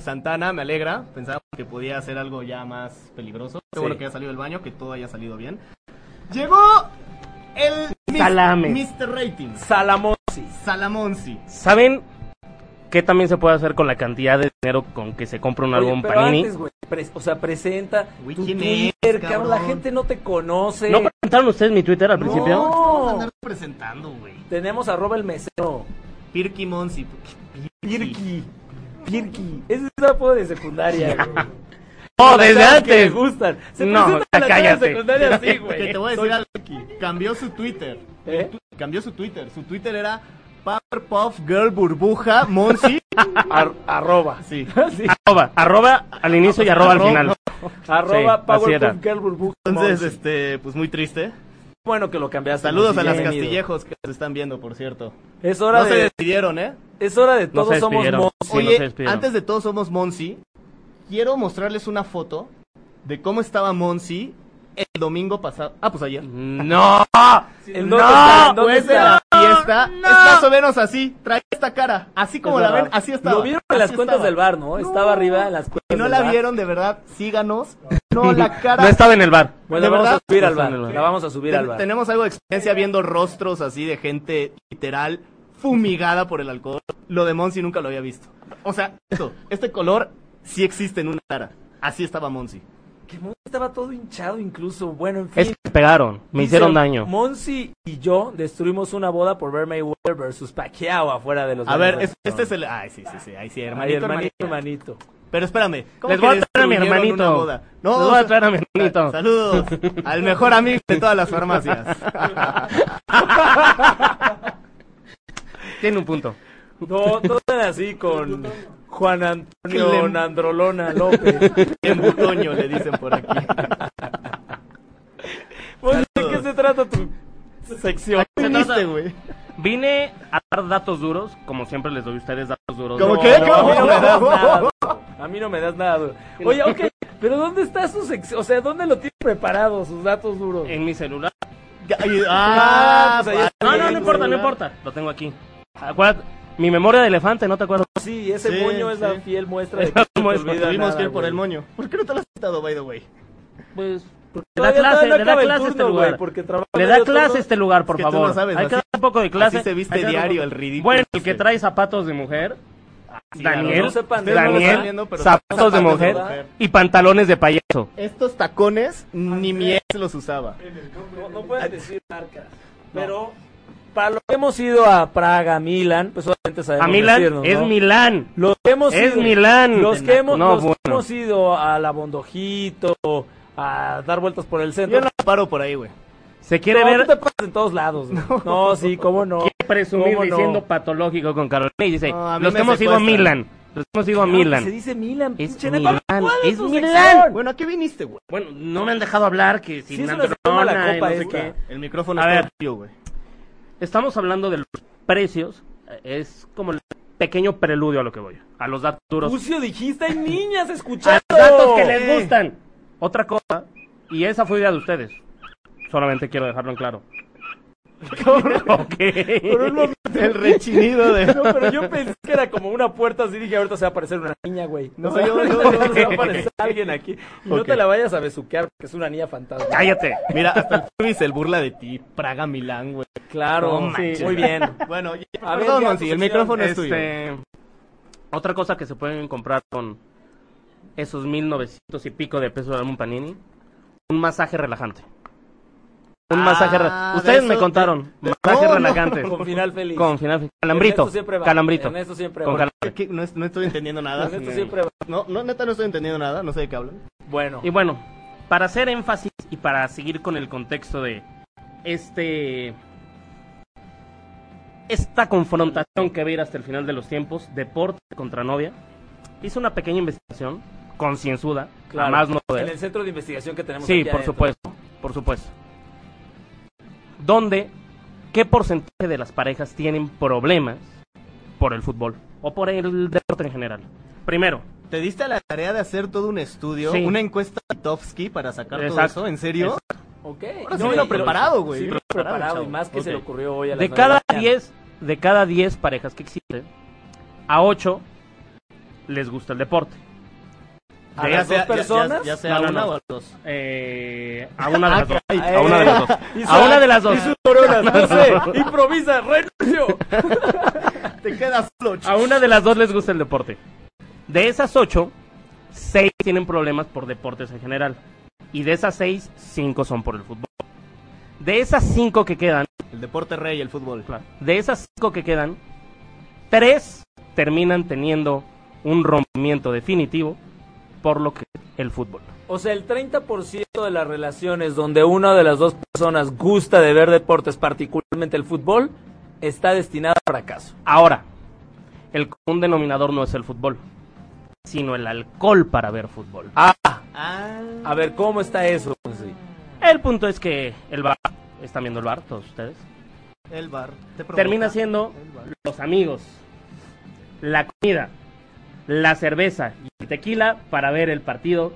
[SPEAKER 3] Santana, me alegra. Pensábamos que podía hacer algo ya más peligroso. Qué
[SPEAKER 2] Sí.
[SPEAKER 3] bueno que haya salido del baño, que todo haya salido bien. Llegó el mis-
[SPEAKER 5] Salame.
[SPEAKER 3] Mr. Ratings,
[SPEAKER 2] Salamonsi.
[SPEAKER 3] Salamonsi.
[SPEAKER 6] ¿Saben qué también se puede hacer con la cantidad de dinero con que se compra un álbum
[SPEAKER 2] pero
[SPEAKER 6] Panini?
[SPEAKER 2] antes, güey, pres- o sea, presenta
[SPEAKER 3] Güey,
[SPEAKER 2] tu
[SPEAKER 3] ¿quién
[SPEAKER 2] Twitter,
[SPEAKER 3] eres,
[SPEAKER 2] cabrón, la
[SPEAKER 3] cabrón?
[SPEAKER 2] gente no te conoce.
[SPEAKER 6] ¿No presentaron ustedes mi Twitter al principio?
[SPEAKER 3] No, vamos a andar presentando, güey.
[SPEAKER 2] Tenemos arroba el mesero.
[SPEAKER 3] Pirky Monsi.
[SPEAKER 2] Pirki. Pirki. Ese es un apodo de secundaria, güey.
[SPEAKER 6] No,
[SPEAKER 2] Las
[SPEAKER 6] desde
[SPEAKER 2] chavas que
[SPEAKER 6] antes.
[SPEAKER 2] le gustan. Se
[SPEAKER 6] No,
[SPEAKER 2] presentan
[SPEAKER 6] ya
[SPEAKER 2] en las chavas
[SPEAKER 6] cállate.
[SPEAKER 2] de secundaria así, güey.
[SPEAKER 3] Que te voy a decir algo aquí. Cambió su Twitter.
[SPEAKER 2] ¿Eh?
[SPEAKER 3] Tu- Cambió su Twitter. Su Twitter era Powerpuff Girl Burbuja Monsi.
[SPEAKER 2] Ar- arroba.
[SPEAKER 3] Sí.
[SPEAKER 2] Sí.
[SPEAKER 6] Arroba, arroba al inicio
[SPEAKER 3] pues,
[SPEAKER 6] y arroba al final.
[SPEAKER 2] Arroba
[SPEAKER 6] Sí, así era.
[SPEAKER 2] Powerpuff Girl Burbuja.
[SPEAKER 3] Entonces,
[SPEAKER 2] Monsi.
[SPEAKER 3] este, pues muy triste.
[SPEAKER 2] bueno que lo cambiaste.
[SPEAKER 3] Saludos a
[SPEAKER 2] Monsi,
[SPEAKER 3] las
[SPEAKER 2] bienvenido.
[SPEAKER 3] castillejos que se están viendo, por cierto.
[SPEAKER 2] Es hora
[SPEAKER 3] No se
[SPEAKER 2] de
[SPEAKER 3] decidieron, ¿eh?
[SPEAKER 2] Es hora de
[SPEAKER 6] No
[SPEAKER 2] todos
[SPEAKER 6] se
[SPEAKER 2] somos
[SPEAKER 6] despidieron.
[SPEAKER 2] mos.
[SPEAKER 6] Sí, no se
[SPEAKER 3] Oye,
[SPEAKER 6] despidieron.
[SPEAKER 3] antes de todo somos Monsi. Quiero mostrarles una foto de cómo estaba Monsi el domingo pasado. Ah, pues ayer.
[SPEAKER 6] No.
[SPEAKER 2] ¿En
[SPEAKER 6] No,
[SPEAKER 2] dónde está? ¿En dónde
[SPEAKER 3] Después de
[SPEAKER 2] está?
[SPEAKER 3] la fiesta, es más o menos así. Trae esta cara. Así como
[SPEAKER 2] Es
[SPEAKER 3] la
[SPEAKER 2] verdad.
[SPEAKER 3] ven, así estaba.
[SPEAKER 2] Lo vieron en las
[SPEAKER 3] Así
[SPEAKER 2] cuentas
[SPEAKER 3] estaba.
[SPEAKER 2] del bar, ¿no? Estaba arriba en las cuentas
[SPEAKER 3] Si no
[SPEAKER 2] del
[SPEAKER 3] la
[SPEAKER 2] bar.
[SPEAKER 3] vieron, de verdad, síganos. No, la cara.
[SPEAKER 6] No estaba en el bar.
[SPEAKER 2] Bueno,
[SPEAKER 3] ¿De
[SPEAKER 2] vamos
[SPEAKER 3] verdad?
[SPEAKER 2] a subir al
[SPEAKER 6] No está
[SPEAKER 2] bar.
[SPEAKER 6] en el bar.
[SPEAKER 2] La vamos a subir
[SPEAKER 3] Ten-
[SPEAKER 2] al bar.
[SPEAKER 3] Tenemos algo de experiencia viendo rostros así de gente literal fumigada por el alcohol. Lo de Monsi nunca lo había visto. O sea, esto, este color sí existe en una cara. Así estaba Monsi.
[SPEAKER 2] Que Monsi estaba todo hinchado incluso. Bueno, en fin.
[SPEAKER 6] Es que me pegaron, me hicieron
[SPEAKER 2] Dice,
[SPEAKER 6] daño.
[SPEAKER 2] Monsi y yo destruimos una boda por ver Mayweather versus Pacquiao afuera de los
[SPEAKER 3] A ver,
[SPEAKER 2] bares
[SPEAKER 3] es-
[SPEAKER 2] de
[SPEAKER 3] este es
[SPEAKER 2] restaurante.
[SPEAKER 3] el. Ay, sí, sí, sí. Ahí sí,
[SPEAKER 2] Ay,
[SPEAKER 3] hermanito,
[SPEAKER 2] hermanito,
[SPEAKER 3] hermanita.
[SPEAKER 2] hermanito.
[SPEAKER 3] Pero espérame. ¿cómo
[SPEAKER 6] Les
[SPEAKER 3] que
[SPEAKER 6] voy a traer a mi
[SPEAKER 3] destruyeron una
[SPEAKER 6] hermanito.
[SPEAKER 3] boda?
[SPEAKER 6] Les
[SPEAKER 3] No,
[SPEAKER 6] voy a traer a mi hermanito.
[SPEAKER 3] Saludos al mejor amigo de todas las farmacias.
[SPEAKER 6] Tiene un punto.
[SPEAKER 2] No, todo era así con Juan Antonio
[SPEAKER 3] Clem.
[SPEAKER 2] Nandrolona López.
[SPEAKER 3] En Butoño le dicen por aquí.
[SPEAKER 2] Oye, ¿De qué se trata tu sección?
[SPEAKER 3] ¿Qué viniste, güey?
[SPEAKER 6] Vine a dar datos duros, como siempre les doy a ustedes datos duros.
[SPEAKER 3] ¿Cómo
[SPEAKER 6] No,
[SPEAKER 3] qué?
[SPEAKER 6] no,
[SPEAKER 2] A mí
[SPEAKER 3] ¿Cómo?
[SPEAKER 2] no me das nada. A mí no me das nada. Oye, ok, pero ¿dónde está su sección? O sea, ¿dónde lo tiene preparado sus datos duros?
[SPEAKER 6] En mi celular.
[SPEAKER 3] Ay, Ah,
[SPEAKER 2] pues ahí está.
[SPEAKER 6] No, no, no importa, no importa. Lo tengo aquí. Acuérdate, mi memoria de elefante, ¿no te acuerdas?
[SPEAKER 2] Sí, ese
[SPEAKER 3] Sí,
[SPEAKER 2] moño es la
[SPEAKER 3] sí.
[SPEAKER 2] fiel muestra de
[SPEAKER 6] Es
[SPEAKER 2] que
[SPEAKER 6] la
[SPEAKER 2] no te
[SPEAKER 6] muestra.
[SPEAKER 2] olvida
[SPEAKER 3] Tuvimos
[SPEAKER 2] Pues nada,
[SPEAKER 3] que ir por
[SPEAKER 2] güey.
[SPEAKER 3] el moño. ¿Por qué no te lo has quitado, by the way?
[SPEAKER 6] Pues, le da
[SPEAKER 2] Todavía no-
[SPEAKER 6] clase,
[SPEAKER 2] no
[SPEAKER 6] le da
[SPEAKER 2] acaba el
[SPEAKER 6] clase este
[SPEAKER 2] turno, güey,
[SPEAKER 6] lugar.
[SPEAKER 2] porque trabaja
[SPEAKER 6] Le
[SPEAKER 2] medio
[SPEAKER 6] da
[SPEAKER 2] turno.
[SPEAKER 6] clase este lugar, por
[SPEAKER 3] que tú
[SPEAKER 6] favor.
[SPEAKER 3] no sabes,
[SPEAKER 6] Hay
[SPEAKER 3] así-
[SPEAKER 6] que dar un poco de clase.
[SPEAKER 3] así se viste
[SPEAKER 6] Hay que dar un
[SPEAKER 3] diario,
[SPEAKER 6] poco-
[SPEAKER 3] el ridículo
[SPEAKER 6] Bueno, el
[SPEAKER 3] este.
[SPEAKER 6] que trae zapatos de mujer. Daniel,
[SPEAKER 2] no sepan,
[SPEAKER 3] ustedes no lo
[SPEAKER 6] Daniel,
[SPEAKER 3] están viendo, pero
[SPEAKER 6] zapatos de
[SPEAKER 3] zapatos de
[SPEAKER 6] mujer
[SPEAKER 3] mujer.
[SPEAKER 6] y pantalones de payaso.
[SPEAKER 3] Estos tacones ni mi ex los usaba.
[SPEAKER 2] No, no puedes decir marcas. Pero para los que hemos ido a Praga, Milán, pues solamente sabemos
[SPEAKER 6] A Milán
[SPEAKER 2] decirnos,
[SPEAKER 6] es
[SPEAKER 2] ¿no?
[SPEAKER 6] Milán.
[SPEAKER 2] Los que hemos
[SPEAKER 6] Es
[SPEAKER 2] ido,
[SPEAKER 6] Milán.
[SPEAKER 2] Los que hemos,
[SPEAKER 6] No,
[SPEAKER 2] los que
[SPEAKER 6] bueno.
[SPEAKER 2] hemos ido a la Bondojito, a dar vueltas por el centro.
[SPEAKER 3] Yo no paro por ahí, güey.
[SPEAKER 6] Se quiere
[SPEAKER 2] No,
[SPEAKER 6] ver
[SPEAKER 2] tú te pasas en todos lados. güey. No, sí, cómo no.
[SPEAKER 6] quiere presumir
[SPEAKER 2] ¿Cómo no?
[SPEAKER 6] diciendo patológico con Carolina y dice,
[SPEAKER 3] No, a mí
[SPEAKER 6] los
[SPEAKER 3] me
[SPEAKER 6] que hemos ido a
[SPEAKER 3] secuestran.
[SPEAKER 6] Milán. Los que hemos ido a
[SPEAKER 2] Claro que
[SPEAKER 6] Milán.
[SPEAKER 2] Se dice Milan.
[SPEAKER 6] Es
[SPEAKER 2] pinche neta.
[SPEAKER 6] Milán,
[SPEAKER 2] ¿Cuál es
[SPEAKER 6] es
[SPEAKER 2] tu
[SPEAKER 6] Milán.
[SPEAKER 2] sección?
[SPEAKER 3] Bueno, ¿a qué viniste, güey?
[SPEAKER 6] Bueno, no me han dejado hablar que
[SPEAKER 2] Sí,
[SPEAKER 6] sin
[SPEAKER 2] se nos toma la
[SPEAKER 6] Androna y
[SPEAKER 2] copa
[SPEAKER 6] no sé
[SPEAKER 2] esta.
[SPEAKER 6] qué.
[SPEAKER 3] El micrófono
[SPEAKER 6] A
[SPEAKER 3] está
[SPEAKER 6] ver.
[SPEAKER 3] frío, güey.
[SPEAKER 6] Estamos hablando de los precios. Es como el pequeño preludio a lo que voy. A los datos duros.
[SPEAKER 2] Lucio, dijiste, hay niñas
[SPEAKER 6] a
[SPEAKER 2] escuchando.
[SPEAKER 6] los datos que les gustan. Otra cosa, y esa fue idea de ustedes. Solamente quiero dejarlo en claro. Ok.
[SPEAKER 3] El rechinido de...
[SPEAKER 2] No, pero yo pensé que era como una puerta así. Dije, ahorita se va a aparecer una niña, güey.
[SPEAKER 3] No,
[SPEAKER 2] O sea,
[SPEAKER 3] yo-
[SPEAKER 2] ahorita
[SPEAKER 3] yo- yo-
[SPEAKER 2] se va a aparecer alguien aquí. Y no
[SPEAKER 3] Ok.
[SPEAKER 2] te la vayas a besuquear porque es una niña fantasma.
[SPEAKER 6] Cállate.
[SPEAKER 3] Mira, hasta el Furby se burla de ti. Praga, Milán, güey.
[SPEAKER 2] Claro,
[SPEAKER 3] No manches.
[SPEAKER 2] muy bien.
[SPEAKER 3] Bueno, ya,
[SPEAKER 2] A ver,
[SPEAKER 3] perdón,
[SPEAKER 2] ya,
[SPEAKER 3] Monsi,
[SPEAKER 2] tu
[SPEAKER 3] el
[SPEAKER 2] sección.
[SPEAKER 3] micrófono es tuyo.
[SPEAKER 6] Este, otra cosa que se pueden comprar con esos 1900 y pico de pesos de algún panini, un masaje relajante. Un
[SPEAKER 3] Ah,
[SPEAKER 6] masaje
[SPEAKER 3] de
[SPEAKER 6] relajante. Ustedes me
[SPEAKER 3] eso-
[SPEAKER 6] contaron,
[SPEAKER 3] de-
[SPEAKER 6] masaje
[SPEAKER 3] no, no,
[SPEAKER 6] relajante.
[SPEAKER 2] Con final feliz.
[SPEAKER 6] Con final
[SPEAKER 2] En
[SPEAKER 6] calambrito.
[SPEAKER 2] esto siempre va.
[SPEAKER 6] Calambrito.
[SPEAKER 2] En esto siempre
[SPEAKER 6] Con
[SPEAKER 2] va.
[SPEAKER 6] calam-
[SPEAKER 3] ¿Qué? No, es- no estoy entendiendo nada.
[SPEAKER 2] Con esto siempre va.
[SPEAKER 3] No, no, neta, no estoy entendiendo nada. No sé de qué hablan.
[SPEAKER 2] Bueno,
[SPEAKER 6] Y bueno, para hacer énfasis y para seguir con el contexto de este esta confrontación que va a ir hasta el final de los tiempos, deporte contra novia, hice una pequeña investigación concienzuda,
[SPEAKER 2] claro.
[SPEAKER 6] a más no
[SPEAKER 2] en
[SPEAKER 6] poder.
[SPEAKER 2] el centro de investigación que tenemos
[SPEAKER 6] Sí,
[SPEAKER 2] aquí
[SPEAKER 6] por
[SPEAKER 2] adentro.
[SPEAKER 6] supuesto, por supuesto. ¿Dónde qué porcentaje de las parejas tienen problemas por el fútbol o por el deporte en general? Primero,
[SPEAKER 3] ¿Te diste a la tarea de hacer todo un estudio,
[SPEAKER 6] Sí.
[SPEAKER 3] una encuesta de Tofsky para sacar todo
[SPEAKER 6] Exacto.
[SPEAKER 3] eso? ¿En serio?
[SPEAKER 2] Ok.
[SPEAKER 3] Ahora sí
[SPEAKER 2] No,
[SPEAKER 3] vino
[SPEAKER 2] y-
[SPEAKER 3] preparado, güey.
[SPEAKER 2] Sí, vino
[SPEAKER 3] Preparado,
[SPEAKER 2] preparado. y
[SPEAKER 3] chavo.
[SPEAKER 2] más que se
[SPEAKER 3] Ok.
[SPEAKER 2] le ocurrió hoy a las
[SPEAKER 6] de
[SPEAKER 2] nueve
[SPEAKER 6] cada
[SPEAKER 2] la mañana.
[SPEAKER 6] 10 de cada 10 parejas que existen a 8 les gusta el deporte
[SPEAKER 2] A las dos personas.
[SPEAKER 3] Ya, ya sea
[SPEAKER 6] No, no,
[SPEAKER 3] una
[SPEAKER 6] no.
[SPEAKER 3] o a dos.
[SPEAKER 6] Eh, a una de las dos
[SPEAKER 2] Ah, caray.
[SPEAKER 6] a una de las dos
[SPEAKER 2] Y su-
[SPEAKER 6] a una de las dos
[SPEAKER 2] Y sus neuronas, no sé, improvisa, renuncio.
[SPEAKER 3] Te quedas solo, ch-
[SPEAKER 6] a una de las dos les gusta el deporte de esas 8 6 tienen problemas por deportes en general y de esas 6 5 son por el fútbol de esas 5 que quedan
[SPEAKER 3] El deporte rey, el fútbol.
[SPEAKER 6] Claro. De esas cinco que quedan, tres terminan teniendo un rompimiento definitivo por lo que el fútbol.
[SPEAKER 2] O sea, el 30% de las relaciones donde una de las dos personas gusta de ver deportes, particularmente el fútbol, está destinada a fracaso.
[SPEAKER 6] Ahora, el común denominador no es el fútbol, sino el alcohol para ver fútbol.
[SPEAKER 2] Ah,
[SPEAKER 3] Ah,
[SPEAKER 2] a ver, ¿cómo está eso? Monsi?
[SPEAKER 6] El punto es que el bar, están viendo el bar todos ustedes,
[SPEAKER 3] el bar. Te provoca.
[SPEAKER 6] termina siendo
[SPEAKER 3] El bar.
[SPEAKER 6] los amigos, la comida, la cerveza y el tequila para ver el partido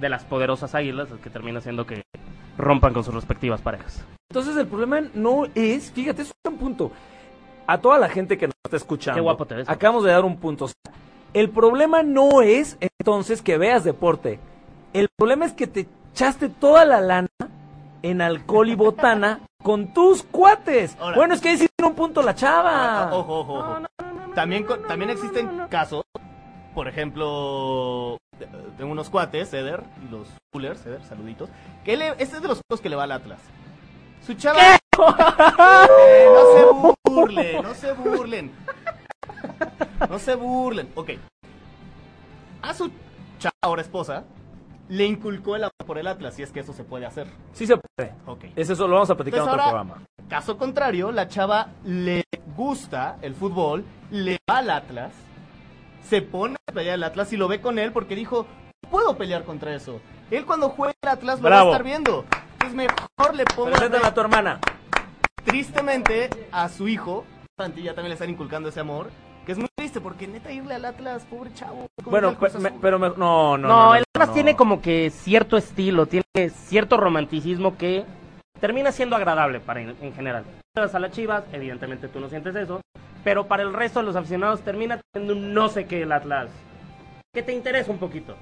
[SPEAKER 6] de las poderosas águilas, que termina siendo que rompan con sus respectivas parejas.
[SPEAKER 2] Entonces, el problema no es, fíjate, es un punto. A toda la gente que nos está escuchando,
[SPEAKER 6] Qué guapo te ves.
[SPEAKER 2] acabamos de dar un punto. O sea, el problema no es entonces que veas deporte. El problema es que te echaste toda la lana en alcohol y botana con tus cuates.
[SPEAKER 3] Ahora.
[SPEAKER 2] Bueno, es que ahí sí tiene un punto la chava.
[SPEAKER 3] Ah, ojo, ojo, ojo. también, con- también existen casos, por ejemplo, de, de unos cuates, Eder, los Coolers, Eder, saluditos, que le- este es de los pocos que le va al Atlas. Su chava... Eh, no se burlen, no se burlen. No se burlen. Ok. A su chava, ahora esposa, le inculcó el amor por el Atlas, si es que eso se puede hacer.
[SPEAKER 2] Sí se puede.
[SPEAKER 3] Ok.
[SPEAKER 2] Es eso, lo vamos a platicar en
[SPEAKER 6] Pues
[SPEAKER 3] Entonces,
[SPEAKER 2] otro
[SPEAKER 3] ahora-
[SPEAKER 2] programa.
[SPEAKER 3] Caso contrario, la chava le gusta el fútbol, le va al Atlas, se pone a pelear el Atlas y lo ve con él porque dijo, no puedo pelear contra eso. Él cuando juegue el Atlas lo
[SPEAKER 2] Bravo.
[SPEAKER 3] va a estar viendo. Entonces mejor le pongo
[SPEAKER 2] Preséntame a tu hermana.
[SPEAKER 3] tristemente a su hijo, Santilla también le están inculcando ese amor, que es muy triste porque neta irle al Atlas, pobre chavo. ¿cómo le
[SPEAKER 2] Bueno,
[SPEAKER 3] al
[SPEAKER 2] pe-
[SPEAKER 3] Cruz
[SPEAKER 2] me-
[SPEAKER 3] Azul?
[SPEAKER 2] pero me- no, no,
[SPEAKER 6] No,
[SPEAKER 2] no. no,
[SPEAKER 6] el Atlas
[SPEAKER 2] no.
[SPEAKER 6] tiene como que cierto estilo, tiene cierto romanticismo que termina siendo agradable para en, en general. Vas a las Chivas, evidentemente tú no sientes eso, pero para el resto de los aficionados termina teniendo un no sé qué el Atlas. Que te interesa un poquito.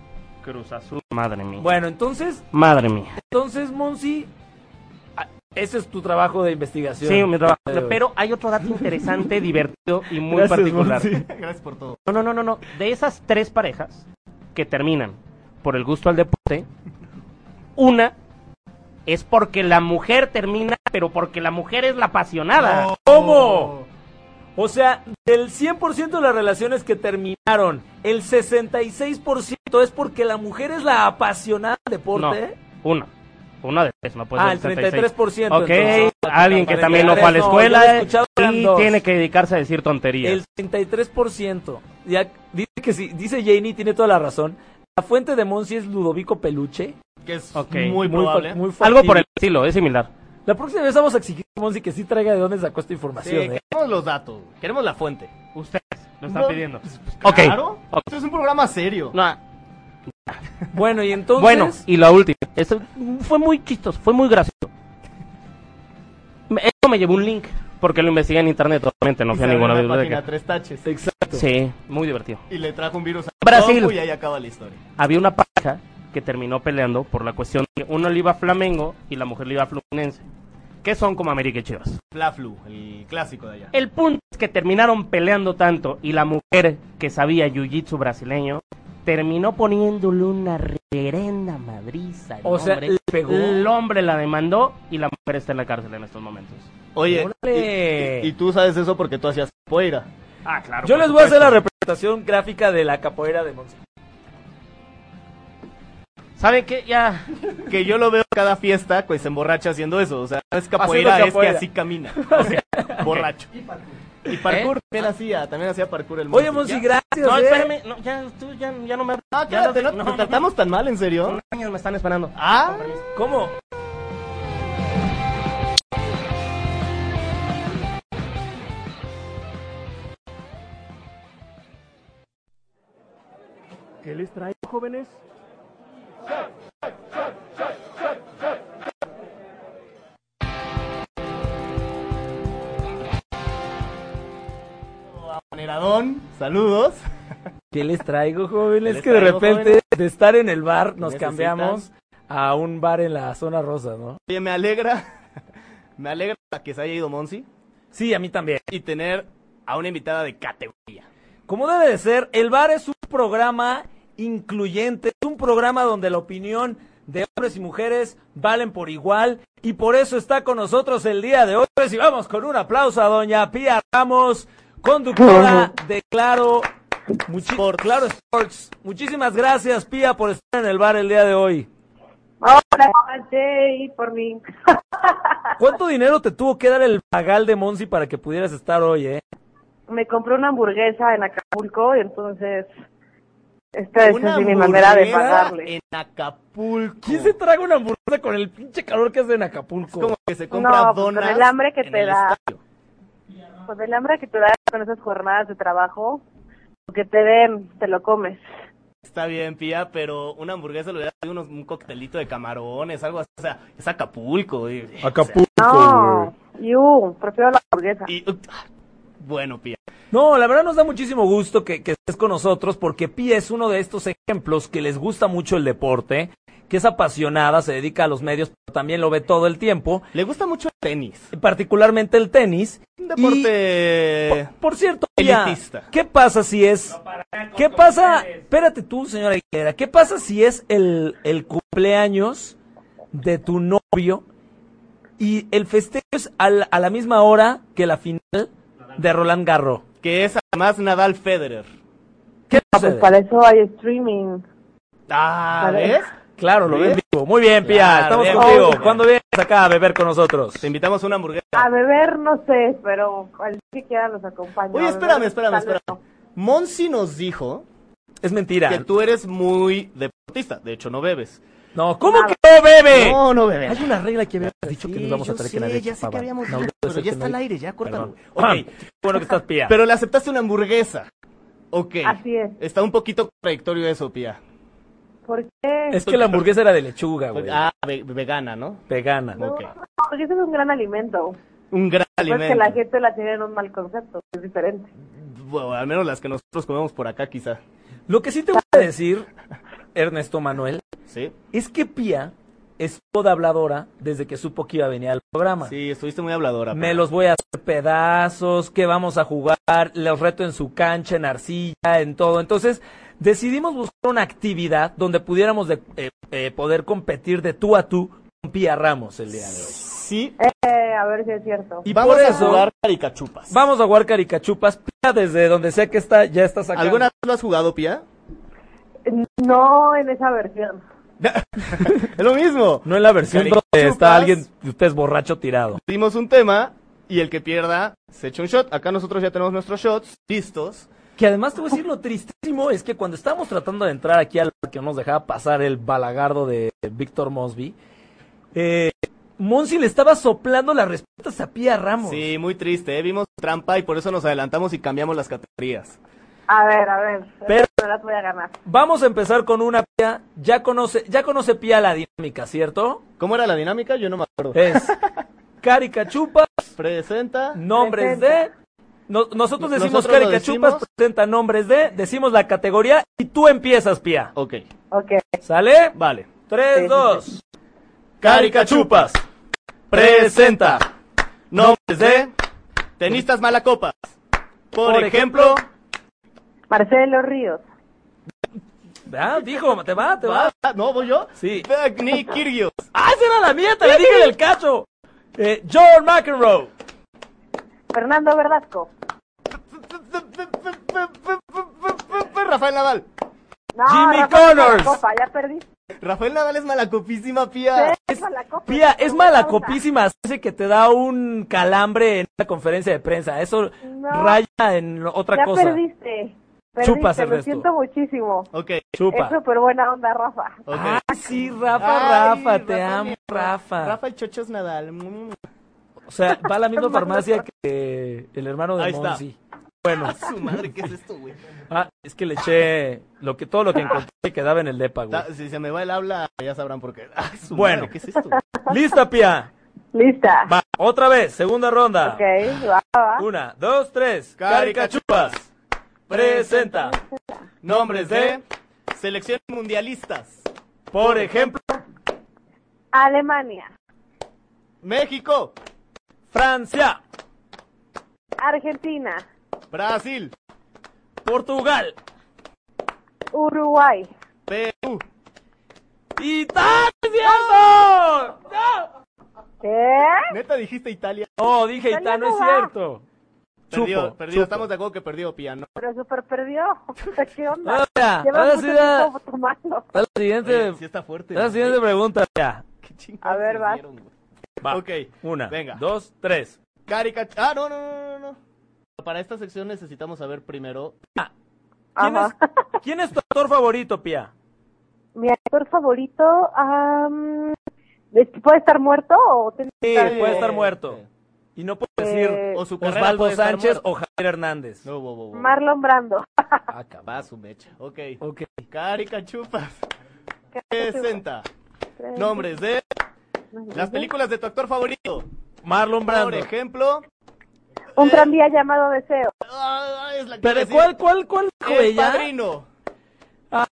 [SPEAKER 6] Cruz Azul, madre mía.
[SPEAKER 2] Bueno, entonces,
[SPEAKER 6] Madre mía.
[SPEAKER 2] entonces, Monsi, ah, ese es tu trabajo de investigación.
[SPEAKER 6] Sí, mi trabajo.
[SPEAKER 2] Pero-
[SPEAKER 6] Pero hay otro dato interesante, divertido y muy
[SPEAKER 3] Gracias,
[SPEAKER 6] particular.
[SPEAKER 3] Monsi. Gracias por todo.
[SPEAKER 6] No, no, no, no, no. De esas tres parejas que terminan por el gusto al deporte, una es porque la mujer termina, pero porque la mujer es la apasionada.
[SPEAKER 2] ¿Cómo? O sea, del 100% de las relaciones que terminaron, el 66% es porque la mujer es la apasionada del
[SPEAKER 6] No, pues
[SPEAKER 2] deporte.
[SPEAKER 6] una. Una de tres, no puede
[SPEAKER 2] ah, el
[SPEAKER 6] ser
[SPEAKER 2] 33%.
[SPEAKER 6] Ok,
[SPEAKER 2] entonces.
[SPEAKER 6] alguien que
[SPEAKER 2] Para
[SPEAKER 6] también no
[SPEAKER 2] aclarar
[SPEAKER 6] fue a la
[SPEAKER 2] eso,
[SPEAKER 6] escuela
[SPEAKER 2] yo lo he escuchado eran
[SPEAKER 6] y
[SPEAKER 2] dos.
[SPEAKER 6] tiene que dedicarse a decir tonterías.
[SPEAKER 2] El 33%. Ya dice que sí, dice Janie, tiene toda la razón. La fuente de Monsi es Ludovico Peluche.
[SPEAKER 3] Que es
[SPEAKER 6] Ok,
[SPEAKER 3] muy
[SPEAKER 2] Muy,
[SPEAKER 3] probable.
[SPEAKER 2] fa- muy
[SPEAKER 6] Algo por
[SPEAKER 2] factible.
[SPEAKER 6] el estilo, es similar.
[SPEAKER 2] La próxima vez vamos a exigir a Monsi que sí traiga de dónde sacó esta
[SPEAKER 3] Sí,
[SPEAKER 2] información. ¿eh?
[SPEAKER 3] queremos los datos, queremos la fuente.
[SPEAKER 6] Ustedes lo están
[SPEAKER 3] No,
[SPEAKER 6] pidiendo.
[SPEAKER 3] pues,
[SPEAKER 6] Ok,
[SPEAKER 3] Claro,
[SPEAKER 6] ok.
[SPEAKER 3] esto es un programa serio.
[SPEAKER 6] No,
[SPEAKER 2] Bueno, y entonces.
[SPEAKER 6] Bueno, y la última. Esto fue muy chistoso, fue muy gracioso. Me- Esto me llevó un link, porque lo investigué en internet totalmente, no
[SPEAKER 3] Y
[SPEAKER 6] fui a
[SPEAKER 3] se
[SPEAKER 6] ninguna
[SPEAKER 3] abre una página,
[SPEAKER 6] biblioteca.
[SPEAKER 3] tres taches.
[SPEAKER 2] Exacto.
[SPEAKER 6] Sí, muy divertido.
[SPEAKER 3] Y le trajo un virus a
[SPEAKER 6] Brasil.
[SPEAKER 3] y ahí acaba la historia.
[SPEAKER 6] Había una pareja que terminó peleando por la cuestión de que uno le iba a Flamengo y la mujer le iba a Fluminense, que son como América y Chivas.
[SPEAKER 3] Flaflu, el clásico de allá.
[SPEAKER 6] El punto es que terminaron peleando tanto y la mujer que sabía jiu-jitsu brasileño terminó poniéndole una reverenda madriza. al
[SPEAKER 2] O sea,
[SPEAKER 6] hombre.
[SPEAKER 2] le pegó.
[SPEAKER 6] El hombre la demandó y la mujer está en la cárcel en estos momentos.
[SPEAKER 3] Oye,
[SPEAKER 2] Órale.
[SPEAKER 3] y, y tú sabes eso porque tú hacías poeira.
[SPEAKER 6] Ah, claro.
[SPEAKER 2] Yo les voy a hacer la representación gráfica de la capoeira de Monsi.
[SPEAKER 6] ¿Saben qué? Ya.
[SPEAKER 3] Que yo lo veo cada fiesta, pues se emborracha haciendo eso. O sea, no es capoeira,
[SPEAKER 2] Haciendo
[SPEAKER 3] es que
[SPEAKER 2] capoeira.
[SPEAKER 3] así camina. O sea, borracho. Y
[SPEAKER 6] ¿Eh?
[SPEAKER 3] parkour también hacía, también hacía parkour el
[SPEAKER 2] Oye,
[SPEAKER 3] Monsi.
[SPEAKER 2] Monsi, gracias.
[SPEAKER 6] No,
[SPEAKER 2] ¿eh?
[SPEAKER 6] espérame. No, ya, tú ya, ya no me.
[SPEAKER 3] Ah,
[SPEAKER 6] ya
[SPEAKER 3] quédate,
[SPEAKER 6] no-
[SPEAKER 3] ¿no?
[SPEAKER 6] no,
[SPEAKER 3] ¿Te tratamos tan mal, en serio?
[SPEAKER 6] Los niños me están esperando.
[SPEAKER 3] Ah,
[SPEAKER 2] ¿Cómo?
[SPEAKER 1] ¿Qué les traigo, jóvenes?
[SPEAKER 3] maneradón, saludos.
[SPEAKER 2] ¿Qué les traigo, jóvenes?
[SPEAKER 3] ¿Qué les
[SPEAKER 2] Es que de
[SPEAKER 3] traigo,
[SPEAKER 2] repente,
[SPEAKER 3] jóvenes?
[SPEAKER 2] de estar en el bar, nos
[SPEAKER 3] ¿Necesitan?
[SPEAKER 2] cambiamos a un bar en la zona rosa, ¿no?
[SPEAKER 3] Oye, me alegra, me alegra que se haya ido Monsi
[SPEAKER 2] Sí, a mí también.
[SPEAKER 3] y tener a una invitada de categoría.
[SPEAKER 2] Como debe de ser, el bar es un programa incluyente, es un programa donde la opinión de hombres y mujeres valen por igual y por eso está con nosotros el día de hoy. Recibamos con un aplauso a doña Pía Ramos, conductora de Claro, Muchi- Claro Sports. Muchísimas gracias Pía por estar en el bar el día de hoy.
[SPEAKER 7] Hola, Jay, por mí.
[SPEAKER 2] ¿Cuánto dinero te tuvo que dar el pagal de Monsi para que pudieras estar hoy, eh?
[SPEAKER 7] Me compré una hamburguesa en Acapulco y entonces esta es
[SPEAKER 3] una
[SPEAKER 7] así mi manera de
[SPEAKER 3] hamburguesa
[SPEAKER 7] pagarle.
[SPEAKER 3] en Acapulco.
[SPEAKER 2] ¿Quién se traga una hamburguesa con el pinche calor que hace en Acapulco?
[SPEAKER 3] como que se compra
[SPEAKER 7] No, pues, con
[SPEAKER 3] donas
[SPEAKER 7] el hambre que
[SPEAKER 3] en
[SPEAKER 7] te
[SPEAKER 3] el
[SPEAKER 7] da.
[SPEAKER 3] estadio.
[SPEAKER 7] Pues el hambre que te da con esas jornadas de trabajo, lo que te den, te lo comes.
[SPEAKER 3] Está bien, Pía, pero una hamburguesa le hubiera dado unos- un coctelito de camarones, algo así. O sea, es Acapulco. y-
[SPEAKER 8] Acapulco,
[SPEAKER 7] No, yo prefiero la hamburguesa.
[SPEAKER 3] y- uh, bueno, Pía.
[SPEAKER 2] No, la verdad nos da muchísimo gusto que, que estés con nosotros porque Pia es uno de estos ejemplos que les gusta mucho el deporte, que es apasionada, se dedica a los medios, pero también lo ve todo el tiempo,
[SPEAKER 3] Le gusta mucho el tenis.
[SPEAKER 2] y particularmente el tenis.
[SPEAKER 3] Un deporte.
[SPEAKER 2] Por cierto, Pía,
[SPEAKER 3] Eh, Elitista.
[SPEAKER 2] ¿qué pasa si es... ¿Qué pasa? Espérate tú, señora Aguilera, ¿qué pasa si es el, el cumpleaños de tu novio y el festejo es al- a la misma hora que la final de Roland Garros?
[SPEAKER 3] Que es además Nadal Federer.
[SPEAKER 2] ¿Qué
[SPEAKER 7] Ah, pues
[SPEAKER 2] sucede?
[SPEAKER 7] para eso hay streaming.
[SPEAKER 3] Ah,
[SPEAKER 7] Vale.
[SPEAKER 3] ¿ves?
[SPEAKER 2] Claro, lo veo en vivo. Muy bien, Pia,
[SPEAKER 3] Claro,
[SPEAKER 2] estamos
[SPEAKER 3] bien,
[SPEAKER 2] contigo.
[SPEAKER 3] bien.
[SPEAKER 2] ¿Cuándo vienes acá a beber con nosotros?
[SPEAKER 3] Te invitamos a una
[SPEAKER 7] Ah,
[SPEAKER 3] hamburguesa.
[SPEAKER 7] A beber no sé, pero al que quiera los acompaño.
[SPEAKER 3] Oye,
[SPEAKER 7] A beber,
[SPEAKER 3] espérame, espérame,
[SPEAKER 7] tal vez
[SPEAKER 3] espérame.
[SPEAKER 7] no.
[SPEAKER 3] Monsi nos dijo
[SPEAKER 2] Es mentira.
[SPEAKER 3] que tú eres muy deportista. De hecho, no bebes.
[SPEAKER 2] No, ¿cómo que no bebe?
[SPEAKER 3] No, no bebes.
[SPEAKER 2] Hay una regla que habíamos dicho que
[SPEAKER 3] Sí,
[SPEAKER 2] nos vamos a
[SPEAKER 3] yo
[SPEAKER 2] traer
[SPEAKER 3] sé,
[SPEAKER 2] que nadie
[SPEAKER 3] ya sé que
[SPEAKER 2] chupaba.
[SPEAKER 3] habíamos
[SPEAKER 2] No,
[SPEAKER 3] dicho,
[SPEAKER 2] puede
[SPEAKER 3] pero
[SPEAKER 2] ser
[SPEAKER 3] ya
[SPEAKER 2] que
[SPEAKER 3] está al
[SPEAKER 2] nadie-
[SPEAKER 3] aire, ya, córtalo.
[SPEAKER 2] Perdón.
[SPEAKER 3] Ok,
[SPEAKER 2] Ah, bueno que estás pía.
[SPEAKER 3] pero le aceptaste una hamburguesa. Ok.
[SPEAKER 7] Así es.
[SPEAKER 3] Está un poquito contradictorio eso, Pía.
[SPEAKER 7] ¿Por qué?
[SPEAKER 2] es que la hamburguesa era de lechuga, güey.
[SPEAKER 3] Ah, ve- vegana, ¿no?
[SPEAKER 2] Vegana.
[SPEAKER 7] No,
[SPEAKER 3] ok.
[SPEAKER 7] no, porque ese es un gran alimento.
[SPEAKER 3] Un gran
[SPEAKER 7] Pues que la
[SPEAKER 3] alimento.
[SPEAKER 7] gente la tiene en un mal concepto, es diferente.
[SPEAKER 3] Bueno, al menos las que nosotros comemos por acá, quizá.
[SPEAKER 2] Lo que sí te voy a decir, Ernesto Manuel,
[SPEAKER 3] ¿Sí?
[SPEAKER 2] es que Pía es toda habladora desde que supo que iba a venir al programa.
[SPEAKER 3] Sí, estuviste muy habladora.
[SPEAKER 2] Me
[SPEAKER 3] pero-
[SPEAKER 2] los voy a hacer pedazos, que vamos a jugar, los reto en su cancha, en arcilla, en todo. Entonces, decidimos buscar una actividad donde pudiéramos de- eh, eh, poder competir de tú a tú con Pía Ramos el día de hoy.
[SPEAKER 3] Sí.
[SPEAKER 7] Eh, a ver si es cierto.
[SPEAKER 3] Y
[SPEAKER 2] Y
[SPEAKER 3] vamos
[SPEAKER 2] por
[SPEAKER 3] a
[SPEAKER 2] eso-
[SPEAKER 3] jugar caricachupas.
[SPEAKER 2] Vamos a jugar caricachupas, Pía, desde donde sea que está, ya está sacando.
[SPEAKER 3] ¿Alguna vez lo has jugado, Pía?
[SPEAKER 7] No en esa versión.
[SPEAKER 3] Es lo mismo.
[SPEAKER 2] No en la versión donde está alguien, usted es borracho tirado.
[SPEAKER 3] Dimos un tema y el que pierda se echa un shot. Acá nosotros ya tenemos nuestros shots listos.
[SPEAKER 2] Que además te voy a decir lo tristísimo es que cuando estábamos tratando de entrar aquí al bar que nos dejaba pasar el balagardo de Víctor Mosby, eh, Monsi le estaba soplando las respuestas a Pía Ramos.
[SPEAKER 3] Sí, muy triste. ¿eh? Vimos trampa y por eso nos adelantamos y cambiamos las categorías.
[SPEAKER 7] A ver, a ver.
[SPEAKER 2] Pero-
[SPEAKER 7] No las voy a ganar.
[SPEAKER 2] Vamos a empezar con una Pía. Ya conoce, ya conoce Pía la dinámica, ¿cierto?
[SPEAKER 3] ¿Cómo era la dinámica? Yo no me acuerdo.
[SPEAKER 2] Es caricachupas,
[SPEAKER 3] Presenta.
[SPEAKER 2] nombres de. no- nosotros decimos
[SPEAKER 3] Nosotros lo
[SPEAKER 2] caricachupas,
[SPEAKER 3] decimos.
[SPEAKER 2] presenta nombres de, decimos la categoría y tú empiezas, Pía.
[SPEAKER 3] Ok,
[SPEAKER 7] Ok.
[SPEAKER 2] ¿Sale?
[SPEAKER 3] vale.
[SPEAKER 2] 3, 2.
[SPEAKER 3] Caricachupas. Presenta. Nombres de tenistas malacopas. Por,
[SPEAKER 2] Por
[SPEAKER 3] ejemplo,
[SPEAKER 7] Marcelo Ríos.
[SPEAKER 2] Ah, dijo, te va, te va.
[SPEAKER 3] Ah, ¿no voy yo?
[SPEAKER 2] Sí.
[SPEAKER 3] Dagny Kyrgios.
[SPEAKER 2] ¡Ah, esa era la mía! ¡Te la dije del cacho! Eh, John McEnroe.
[SPEAKER 7] Fernando Verdasco.
[SPEAKER 3] Rafael Nadal.
[SPEAKER 7] No,
[SPEAKER 2] Jimmy
[SPEAKER 7] Rafa, no,
[SPEAKER 2] Connors.
[SPEAKER 7] Copa, ya perdí.
[SPEAKER 3] Rafael Nadal es malacopísima, pía.
[SPEAKER 7] Es, mala copa.
[SPEAKER 2] Pía, es
[SPEAKER 7] No me
[SPEAKER 2] mala
[SPEAKER 7] gusta.
[SPEAKER 2] copísima. Dice que te da un calambre en la conferencia de prensa. Eso
[SPEAKER 7] No.
[SPEAKER 2] raya en lo- otra
[SPEAKER 7] Ya
[SPEAKER 2] cosa.
[SPEAKER 7] perdiste. perdiste.
[SPEAKER 2] Chupas,
[SPEAKER 7] Lo
[SPEAKER 2] Ernesto.
[SPEAKER 7] siento muchísimo.
[SPEAKER 3] Ok,
[SPEAKER 2] Chupa.
[SPEAKER 7] Es súper buena onda, Rafa.
[SPEAKER 3] ok.
[SPEAKER 2] Ah, sí, Rafa,
[SPEAKER 3] Ay,
[SPEAKER 2] Rafa, te
[SPEAKER 3] Rafa,
[SPEAKER 2] amo,
[SPEAKER 3] mi-
[SPEAKER 2] Rafa.
[SPEAKER 3] Rafa el Chochos Nadal. Mm.
[SPEAKER 2] O sea, va a la misma farmacia que el hermano de
[SPEAKER 3] Ahí está.
[SPEAKER 2] Monsi. Bueno,
[SPEAKER 3] Su madre, ¿qué es esto, güey?
[SPEAKER 2] ah, es que le eché lo que, todo lo que encontré que quedaba en el depa, güey.
[SPEAKER 3] Ta- Si se me va el habla, ya sabrán por qué. Ah, su
[SPEAKER 2] Bueno.
[SPEAKER 3] madre, ¿qué es esto?
[SPEAKER 2] Lista, Pía.
[SPEAKER 7] Lista.
[SPEAKER 2] Va, otra vez, segunda ronda.
[SPEAKER 7] Ok, va, va.
[SPEAKER 2] Una, dos, tres.
[SPEAKER 3] Caricachupas.
[SPEAKER 2] Presenta.
[SPEAKER 3] Nombres de selecciones mundialistas.
[SPEAKER 2] Por ejemplo,
[SPEAKER 7] Alemania.
[SPEAKER 3] México,
[SPEAKER 2] Francia,
[SPEAKER 7] Argentina.
[SPEAKER 3] Brasil,
[SPEAKER 2] Portugal,
[SPEAKER 7] Uruguay.
[SPEAKER 3] Perú,
[SPEAKER 2] Italia. ¡Es cierto! ¡No!
[SPEAKER 7] ¿Qué?
[SPEAKER 3] Neta dijiste Italia.
[SPEAKER 2] Oh, dije Italia, no es
[SPEAKER 7] Italia no va.
[SPEAKER 2] cierto.
[SPEAKER 3] Perdió,
[SPEAKER 2] Chupo,
[SPEAKER 3] perdió.
[SPEAKER 2] chupo.
[SPEAKER 3] Estamos de acuerdo que perdió Piano.
[SPEAKER 7] Pero super perdió. ¿Qué onda?
[SPEAKER 2] Ahora,
[SPEAKER 7] Lleva
[SPEAKER 2] Ah, ahora
[SPEAKER 7] mucho
[SPEAKER 2] sí da-
[SPEAKER 7] tiempo tomando.
[SPEAKER 2] da la siguiente,
[SPEAKER 3] Oye, sí está fuerte.
[SPEAKER 2] da la
[SPEAKER 3] ¿no?
[SPEAKER 2] siguiente pregunta. ya.
[SPEAKER 3] Qué chingados
[SPEAKER 7] A ver,
[SPEAKER 3] nos
[SPEAKER 7] vas.
[SPEAKER 3] dieron, güey.
[SPEAKER 2] Va.
[SPEAKER 3] Ok,
[SPEAKER 2] Una,
[SPEAKER 3] venga.
[SPEAKER 2] dos, tres.
[SPEAKER 3] Carica- Ah, no, no, no, no, no. Para esta sección necesitamos saber primero.
[SPEAKER 2] ¿Quién es,
[SPEAKER 7] Ajá.
[SPEAKER 2] ¿Quién es tu actor favorito, Pia?
[SPEAKER 7] Mi actor favorito. am, es que ¿Puede estar muerto o tiene que
[SPEAKER 2] Sí,
[SPEAKER 7] estar
[SPEAKER 2] puede
[SPEAKER 7] vivo?
[SPEAKER 2] estar muerto.
[SPEAKER 3] Eh,
[SPEAKER 2] Y no puedes decir
[SPEAKER 7] Eh,
[SPEAKER 3] O su carrera
[SPEAKER 2] Osvaldo
[SPEAKER 3] puede estar
[SPEAKER 2] Sánchez
[SPEAKER 3] muerta.
[SPEAKER 2] o Javier Hernández.
[SPEAKER 3] No, bo, bo, bo.
[SPEAKER 7] Marlon Brando.
[SPEAKER 3] Ah, cabá, su mecha. Ok.
[SPEAKER 2] Ok.
[SPEAKER 3] Caricachupas. Presenta. Nombres de las películas de tu actor favorito.
[SPEAKER 2] Marlon
[SPEAKER 3] Por
[SPEAKER 2] Brando.
[SPEAKER 3] ejemplo.
[SPEAKER 7] Un tranvía llamado Deseo.
[SPEAKER 3] ah, es la que iba
[SPEAKER 2] ¿Pero
[SPEAKER 3] a decir.
[SPEAKER 2] cuál, cuál, cuál dijo
[SPEAKER 3] El
[SPEAKER 2] ella?
[SPEAKER 3] padrino.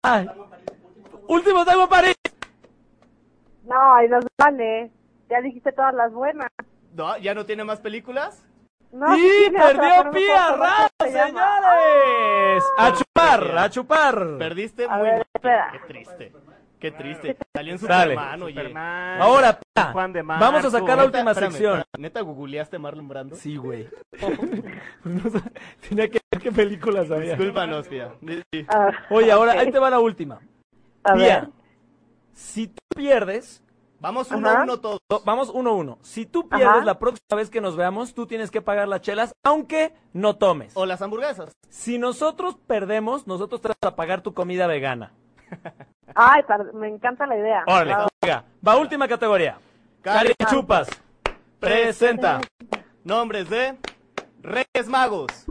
[SPEAKER 2] Ay. Último tango en
[SPEAKER 7] Ah,
[SPEAKER 2] París.
[SPEAKER 7] No, ahí nos vale. Ya dijiste todas las buenas.
[SPEAKER 3] No, ya no tiene más películas.
[SPEAKER 7] No,
[SPEAKER 2] y
[SPEAKER 7] tiene otra, pero
[SPEAKER 2] perdió Pía
[SPEAKER 7] no puedo acordar
[SPEAKER 2] Ramos,
[SPEAKER 7] cómo se llama.
[SPEAKER 2] señores.
[SPEAKER 3] Ah,
[SPEAKER 2] A chupar, a chupar.
[SPEAKER 3] Perdiste
[SPEAKER 7] A
[SPEAKER 3] muy
[SPEAKER 7] ver, espera.
[SPEAKER 3] Qué triste. Qué triste. Salió en
[SPEAKER 2] Dale.
[SPEAKER 3] Superman, oye.
[SPEAKER 1] Superman,
[SPEAKER 2] Ahora, Pía,
[SPEAKER 1] Juan de Marco.
[SPEAKER 2] vamos a sacar la
[SPEAKER 3] Neta,
[SPEAKER 2] última
[SPEAKER 3] espérame,
[SPEAKER 2] sección.
[SPEAKER 3] espérame. ¿Neta googleaste Marlon Brando?
[SPEAKER 2] Sí, güey. No sab- Tenía que ver qué películas había.
[SPEAKER 3] Discúlpanos, tía. Di- di.
[SPEAKER 7] Ah,
[SPEAKER 2] Oye, ahora,
[SPEAKER 7] ok.
[SPEAKER 2] ahí te va la última.
[SPEAKER 7] A ver.
[SPEAKER 2] Pía, si tú pierdes,
[SPEAKER 3] Vamos
[SPEAKER 7] Ajá.
[SPEAKER 3] uno a uno todos.
[SPEAKER 2] No, Vamos uno a uno. Si tú pierdes
[SPEAKER 7] Ajá.
[SPEAKER 2] la próxima vez que nos veamos, tú tienes que pagar las chelas, aunque no tomes.
[SPEAKER 3] O las hamburguesas.
[SPEAKER 2] Si nosotros perdemos, nosotros te vas a pagar tu comida vegana.
[SPEAKER 7] Ay, par- me encanta la idea. Ah,
[SPEAKER 2] Órale,
[SPEAKER 7] Wow.
[SPEAKER 2] juega. Va última categoría.
[SPEAKER 3] Cari-
[SPEAKER 2] Chupas. Presenta.
[SPEAKER 3] Nombres de Reyes Magos.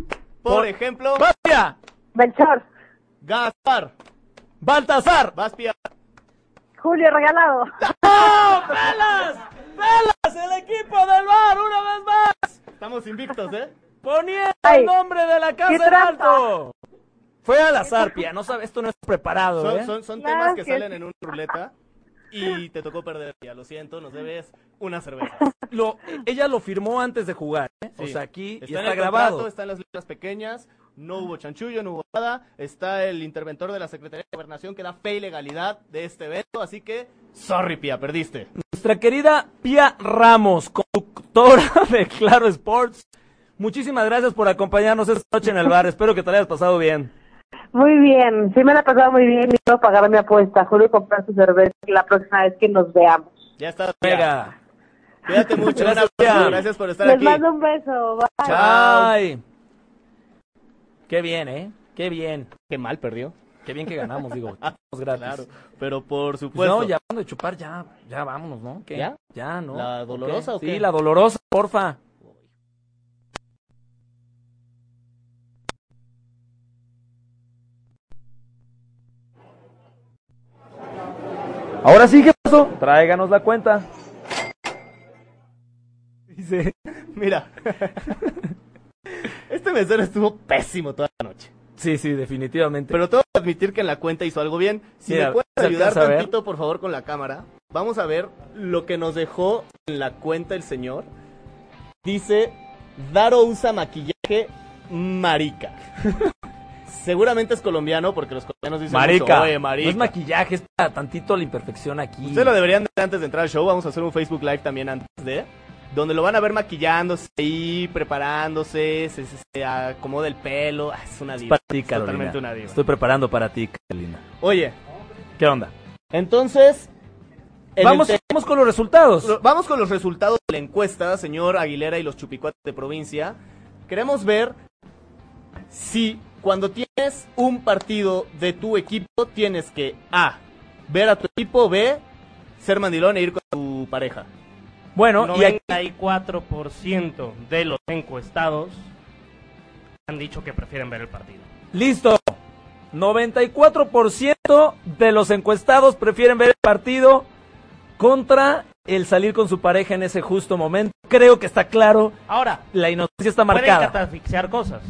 [SPEAKER 3] Por,
[SPEAKER 2] Por-
[SPEAKER 3] ejemplo,
[SPEAKER 2] Basia.
[SPEAKER 7] Melchor,
[SPEAKER 3] Gaspar,
[SPEAKER 2] Baltasar.
[SPEAKER 3] Baspia,
[SPEAKER 7] Julio Regalado.
[SPEAKER 2] ¡Oh! ¡Pelas! ¡Pelas! El equipo del bar, una vez más.
[SPEAKER 3] Estamos invictos, ¿eh?
[SPEAKER 2] Poniendo
[SPEAKER 7] Ay,
[SPEAKER 2] el nombre de la casa
[SPEAKER 7] qué
[SPEAKER 2] en
[SPEAKER 7] trampa.
[SPEAKER 2] alto. Fue a la zarpia. No sabe, esto no es preparado,
[SPEAKER 3] Son,
[SPEAKER 2] ¿eh?
[SPEAKER 3] son- son
[SPEAKER 7] Claro
[SPEAKER 3] temas que
[SPEAKER 7] que
[SPEAKER 3] salen
[SPEAKER 7] sí.
[SPEAKER 3] en una ruleta y te tocó perder. Ya lo siento, nos debes una cerveza.
[SPEAKER 2] Lo- ella lo firmó antes de jugar, ¿eh? O
[SPEAKER 3] Sí.
[SPEAKER 2] sea, aquí y
[SPEAKER 3] Está
[SPEAKER 2] está,
[SPEAKER 3] en el
[SPEAKER 2] grabado.
[SPEAKER 3] contrato, Están las letras pequeñas, no hubo chanchullo, no hubo nada. Está el interventor de la Secretaría de Gobernación que da fe y legalidad de este evento, así que, sorry, Pia, perdiste.
[SPEAKER 2] Nuestra querida Pia Ramos, conductora de Claro Sports. Muchísimas gracias por acompañarnos esta noche en el bar. Espero que te la hayas pasado bien.
[SPEAKER 7] Muy bien, sí me la he pasado muy bien y quiero pagar mi apuesta. Julio comprar su cerveza la próxima vez que nos veamos.
[SPEAKER 3] Ya está, Pia.
[SPEAKER 2] Venga.
[SPEAKER 3] Cuídate mucho, un
[SPEAKER 2] Gracias,
[SPEAKER 3] abrazo,
[SPEAKER 2] Pia.
[SPEAKER 3] gracias por estar
[SPEAKER 7] Les
[SPEAKER 3] aquí.
[SPEAKER 7] mando un beso. Bye.
[SPEAKER 2] Bye. Qué bien, ¿eh? Qué bien.
[SPEAKER 3] Qué mal perdió.
[SPEAKER 2] Qué bien que ganamos, digo. Estamos gratis.
[SPEAKER 3] Claro, pero por
[SPEAKER 2] Pues
[SPEAKER 3] supuesto.
[SPEAKER 2] no, ya hablando de chupar, ya, ya vámonos, ¿no? ¿Qué?
[SPEAKER 3] ¿Ya?
[SPEAKER 2] Ya, ¿no?
[SPEAKER 3] ¿La
[SPEAKER 2] Ok.
[SPEAKER 3] dolorosa o qué?
[SPEAKER 2] Sí, la dolorosa, porfa. Ahora sí, ¿qué pasó? Tráiganos la cuenta. Dice,
[SPEAKER 3] Mira. este mesero estuvo pésimo toda la noche.
[SPEAKER 2] sí, sí, definitivamente.
[SPEAKER 3] Pero tengo que admitir que en la cuenta hizo algo bien. Si
[SPEAKER 2] Mira,
[SPEAKER 3] me puedes
[SPEAKER 2] ¿se
[SPEAKER 3] ayudar
[SPEAKER 2] alcanza a ver?
[SPEAKER 3] tantito, por favor, con la cámara. Vamos a ver lo que nos dejó en la cuenta el señor. Dice, Daro usa maquillaje marica. Seguramente es colombiano porque los colombianos dicen
[SPEAKER 2] marica,
[SPEAKER 3] mucho, "Oye,
[SPEAKER 2] no
[SPEAKER 3] marica".
[SPEAKER 2] es maquillaje, es para tantito la imperfección aquí.
[SPEAKER 3] Ustedes lo deberían de ver antes de entrar al show. Vamos a hacer un Facebook Live también antes de. Donde lo van a ver maquillándose ahí, preparándose, se, se- se acomoda el pelo. Ah, Es una diva.
[SPEAKER 2] para ti, Carolina.
[SPEAKER 3] Totalmente una diva.
[SPEAKER 2] Estoy preparando para ti, Carolina.
[SPEAKER 3] Oye,
[SPEAKER 2] ¿Qué onda?
[SPEAKER 3] entonces. en el
[SPEAKER 2] Vamos,
[SPEAKER 3] te-
[SPEAKER 2] vamos con los resultados.
[SPEAKER 3] lo- vamos con los resultados de la encuesta, señor Aguilera y los chupicuates de provincia. Queremos ver si cuando tienes un partido de tu equipo tienes que A. Ver a tu equipo, B. Ser mandilón e ir con tu pareja.
[SPEAKER 2] Bueno, y aquí,
[SPEAKER 6] 94% de los encuestados han dicho que prefieren ver el partido.
[SPEAKER 2] listo. 94% de los encuestados prefieren ver el partido contra el salir con su pareja en ese justo momento. Creo que está claro,
[SPEAKER 6] Ahora,
[SPEAKER 2] la inocencia está
[SPEAKER 6] pueden
[SPEAKER 2] marcada.
[SPEAKER 6] catafixiar cosas.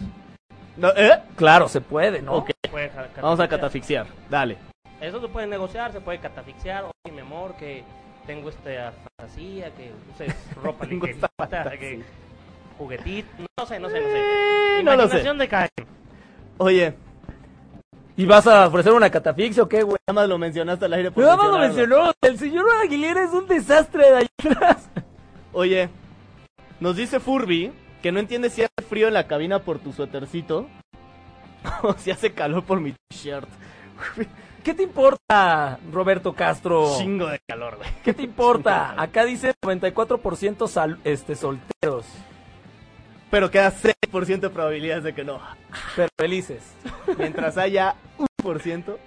[SPEAKER 3] No, ¿eh?
[SPEAKER 2] Claro, se puede, ¿no?
[SPEAKER 3] Ok.
[SPEAKER 6] Pueden
[SPEAKER 3] Vamos a catafixiar. Dale.
[SPEAKER 6] Eso se puede negociar, se puede catafixiar. Oye, mi amor, que tengo esta fantasía, que uses ropa
[SPEAKER 3] Tengo
[SPEAKER 6] ligerita,
[SPEAKER 3] esta fantasía.
[SPEAKER 6] que juguetito, no sé, no sé, Eh, no sé.
[SPEAKER 3] no lo sé.
[SPEAKER 6] Imaginación de cada quien.
[SPEAKER 3] Oye,
[SPEAKER 2] ¿Y vas a ofrecer una catafixia o qué, güey?
[SPEAKER 3] nada más lo mencionaste al aire. por
[SPEAKER 2] Nada más lo
[SPEAKER 3] mencionarlo.
[SPEAKER 2] mencionó. El señor Aguilera es un desastre de ahí atrás.
[SPEAKER 3] Oye, nos dice Furby que no entiende si hace frío en la cabina por tu suétercito o si hace calor por mi t-shirt.
[SPEAKER 2] ¿Qué te importa, Roberto Castro?
[SPEAKER 3] Chingo de calor, güey.
[SPEAKER 2] ¿Qué te importa? Acá dice 94% sal- este, solteros,
[SPEAKER 3] Pero queda 6% de probabilidades de que no.
[SPEAKER 2] pero felices.
[SPEAKER 3] Mientras haya 1%.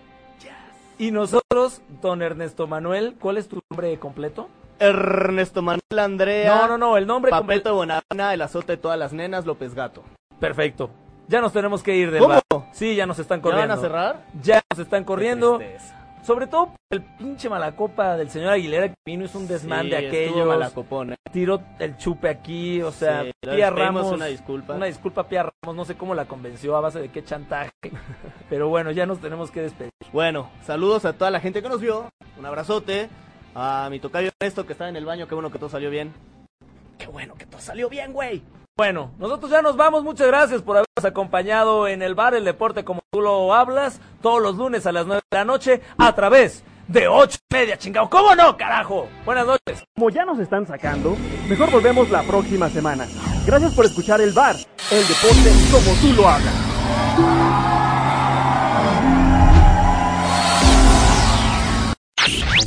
[SPEAKER 2] Y nosotros, don Ernesto Manuel, ¿cuál es tu nombre completo?
[SPEAKER 3] Ernesto Manuel Andrea.
[SPEAKER 2] No, no, no, el nombre
[SPEAKER 3] Papeto
[SPEAKER 2] completo.
[SPEAKER 3] de Bonavena, el azote de todas las nenas, López Gato.
[SPEAKER 2] Perfecto. Ya nos tenemos que ir del
[SPEAKER 3] ¿Cómo?
[SPEAKER 2] bar. Sí, ya nos están
[SPEAKER 3] ¿Ya
[SPEAKER 2] corriendo.
[SPEAKER 3] van a cerrar?
[SPEAKER 2] Ya nos están corriendo.
[SPEAKER 3] Qué tristeza.
[SPEAKER 2] Sobre todo por el pinche malacopa del señor Aguilera que vino, hizo un desmán de
[SPEAKER 3] Sí, estuvo
[SPEAKER 2] aquellos.
[SPEAKER 3] malacopón, ¿eh?
[SPEAKER 2] Tiró el chupe aquí, o sea,
[SPEAKER 3] Sí, le
[SPEAKER 2] Pía
[SPEAKER 3] pedimos
[SPEAKER 2] Ramos.
[SPEAKER 3] una disculpa.
[SPEAKER 2] Una disculpa, Pía Ramos. No sé cómo la convenció, a base de qué chantaje. pero bueno, ya nos tenemos que despedir.
[SPEAKER 3] Bueno, saludos a toda la gente que nos vio. Un abrazote. A mi tocayo Ernesto que está en el baño. Qué bueno que todo salió bien. Qué bueno que todo salió bien, güey.
[SPEAKER 2] Bueno, nosotros ya nos vamos. Muchas gracias por habernos acompañado en el bar El Deporte como tú lo hablas, todos los lunes a las 9 de la noche a través de 8 y media, chingado. ¿Cómo no, carajo? Buenas noches.
[SPEAKER 1] Como ya nos están sacando, mejor volvemos la próxima semana. Gracias por escuchar el bar, el deporte como tú lo hagas.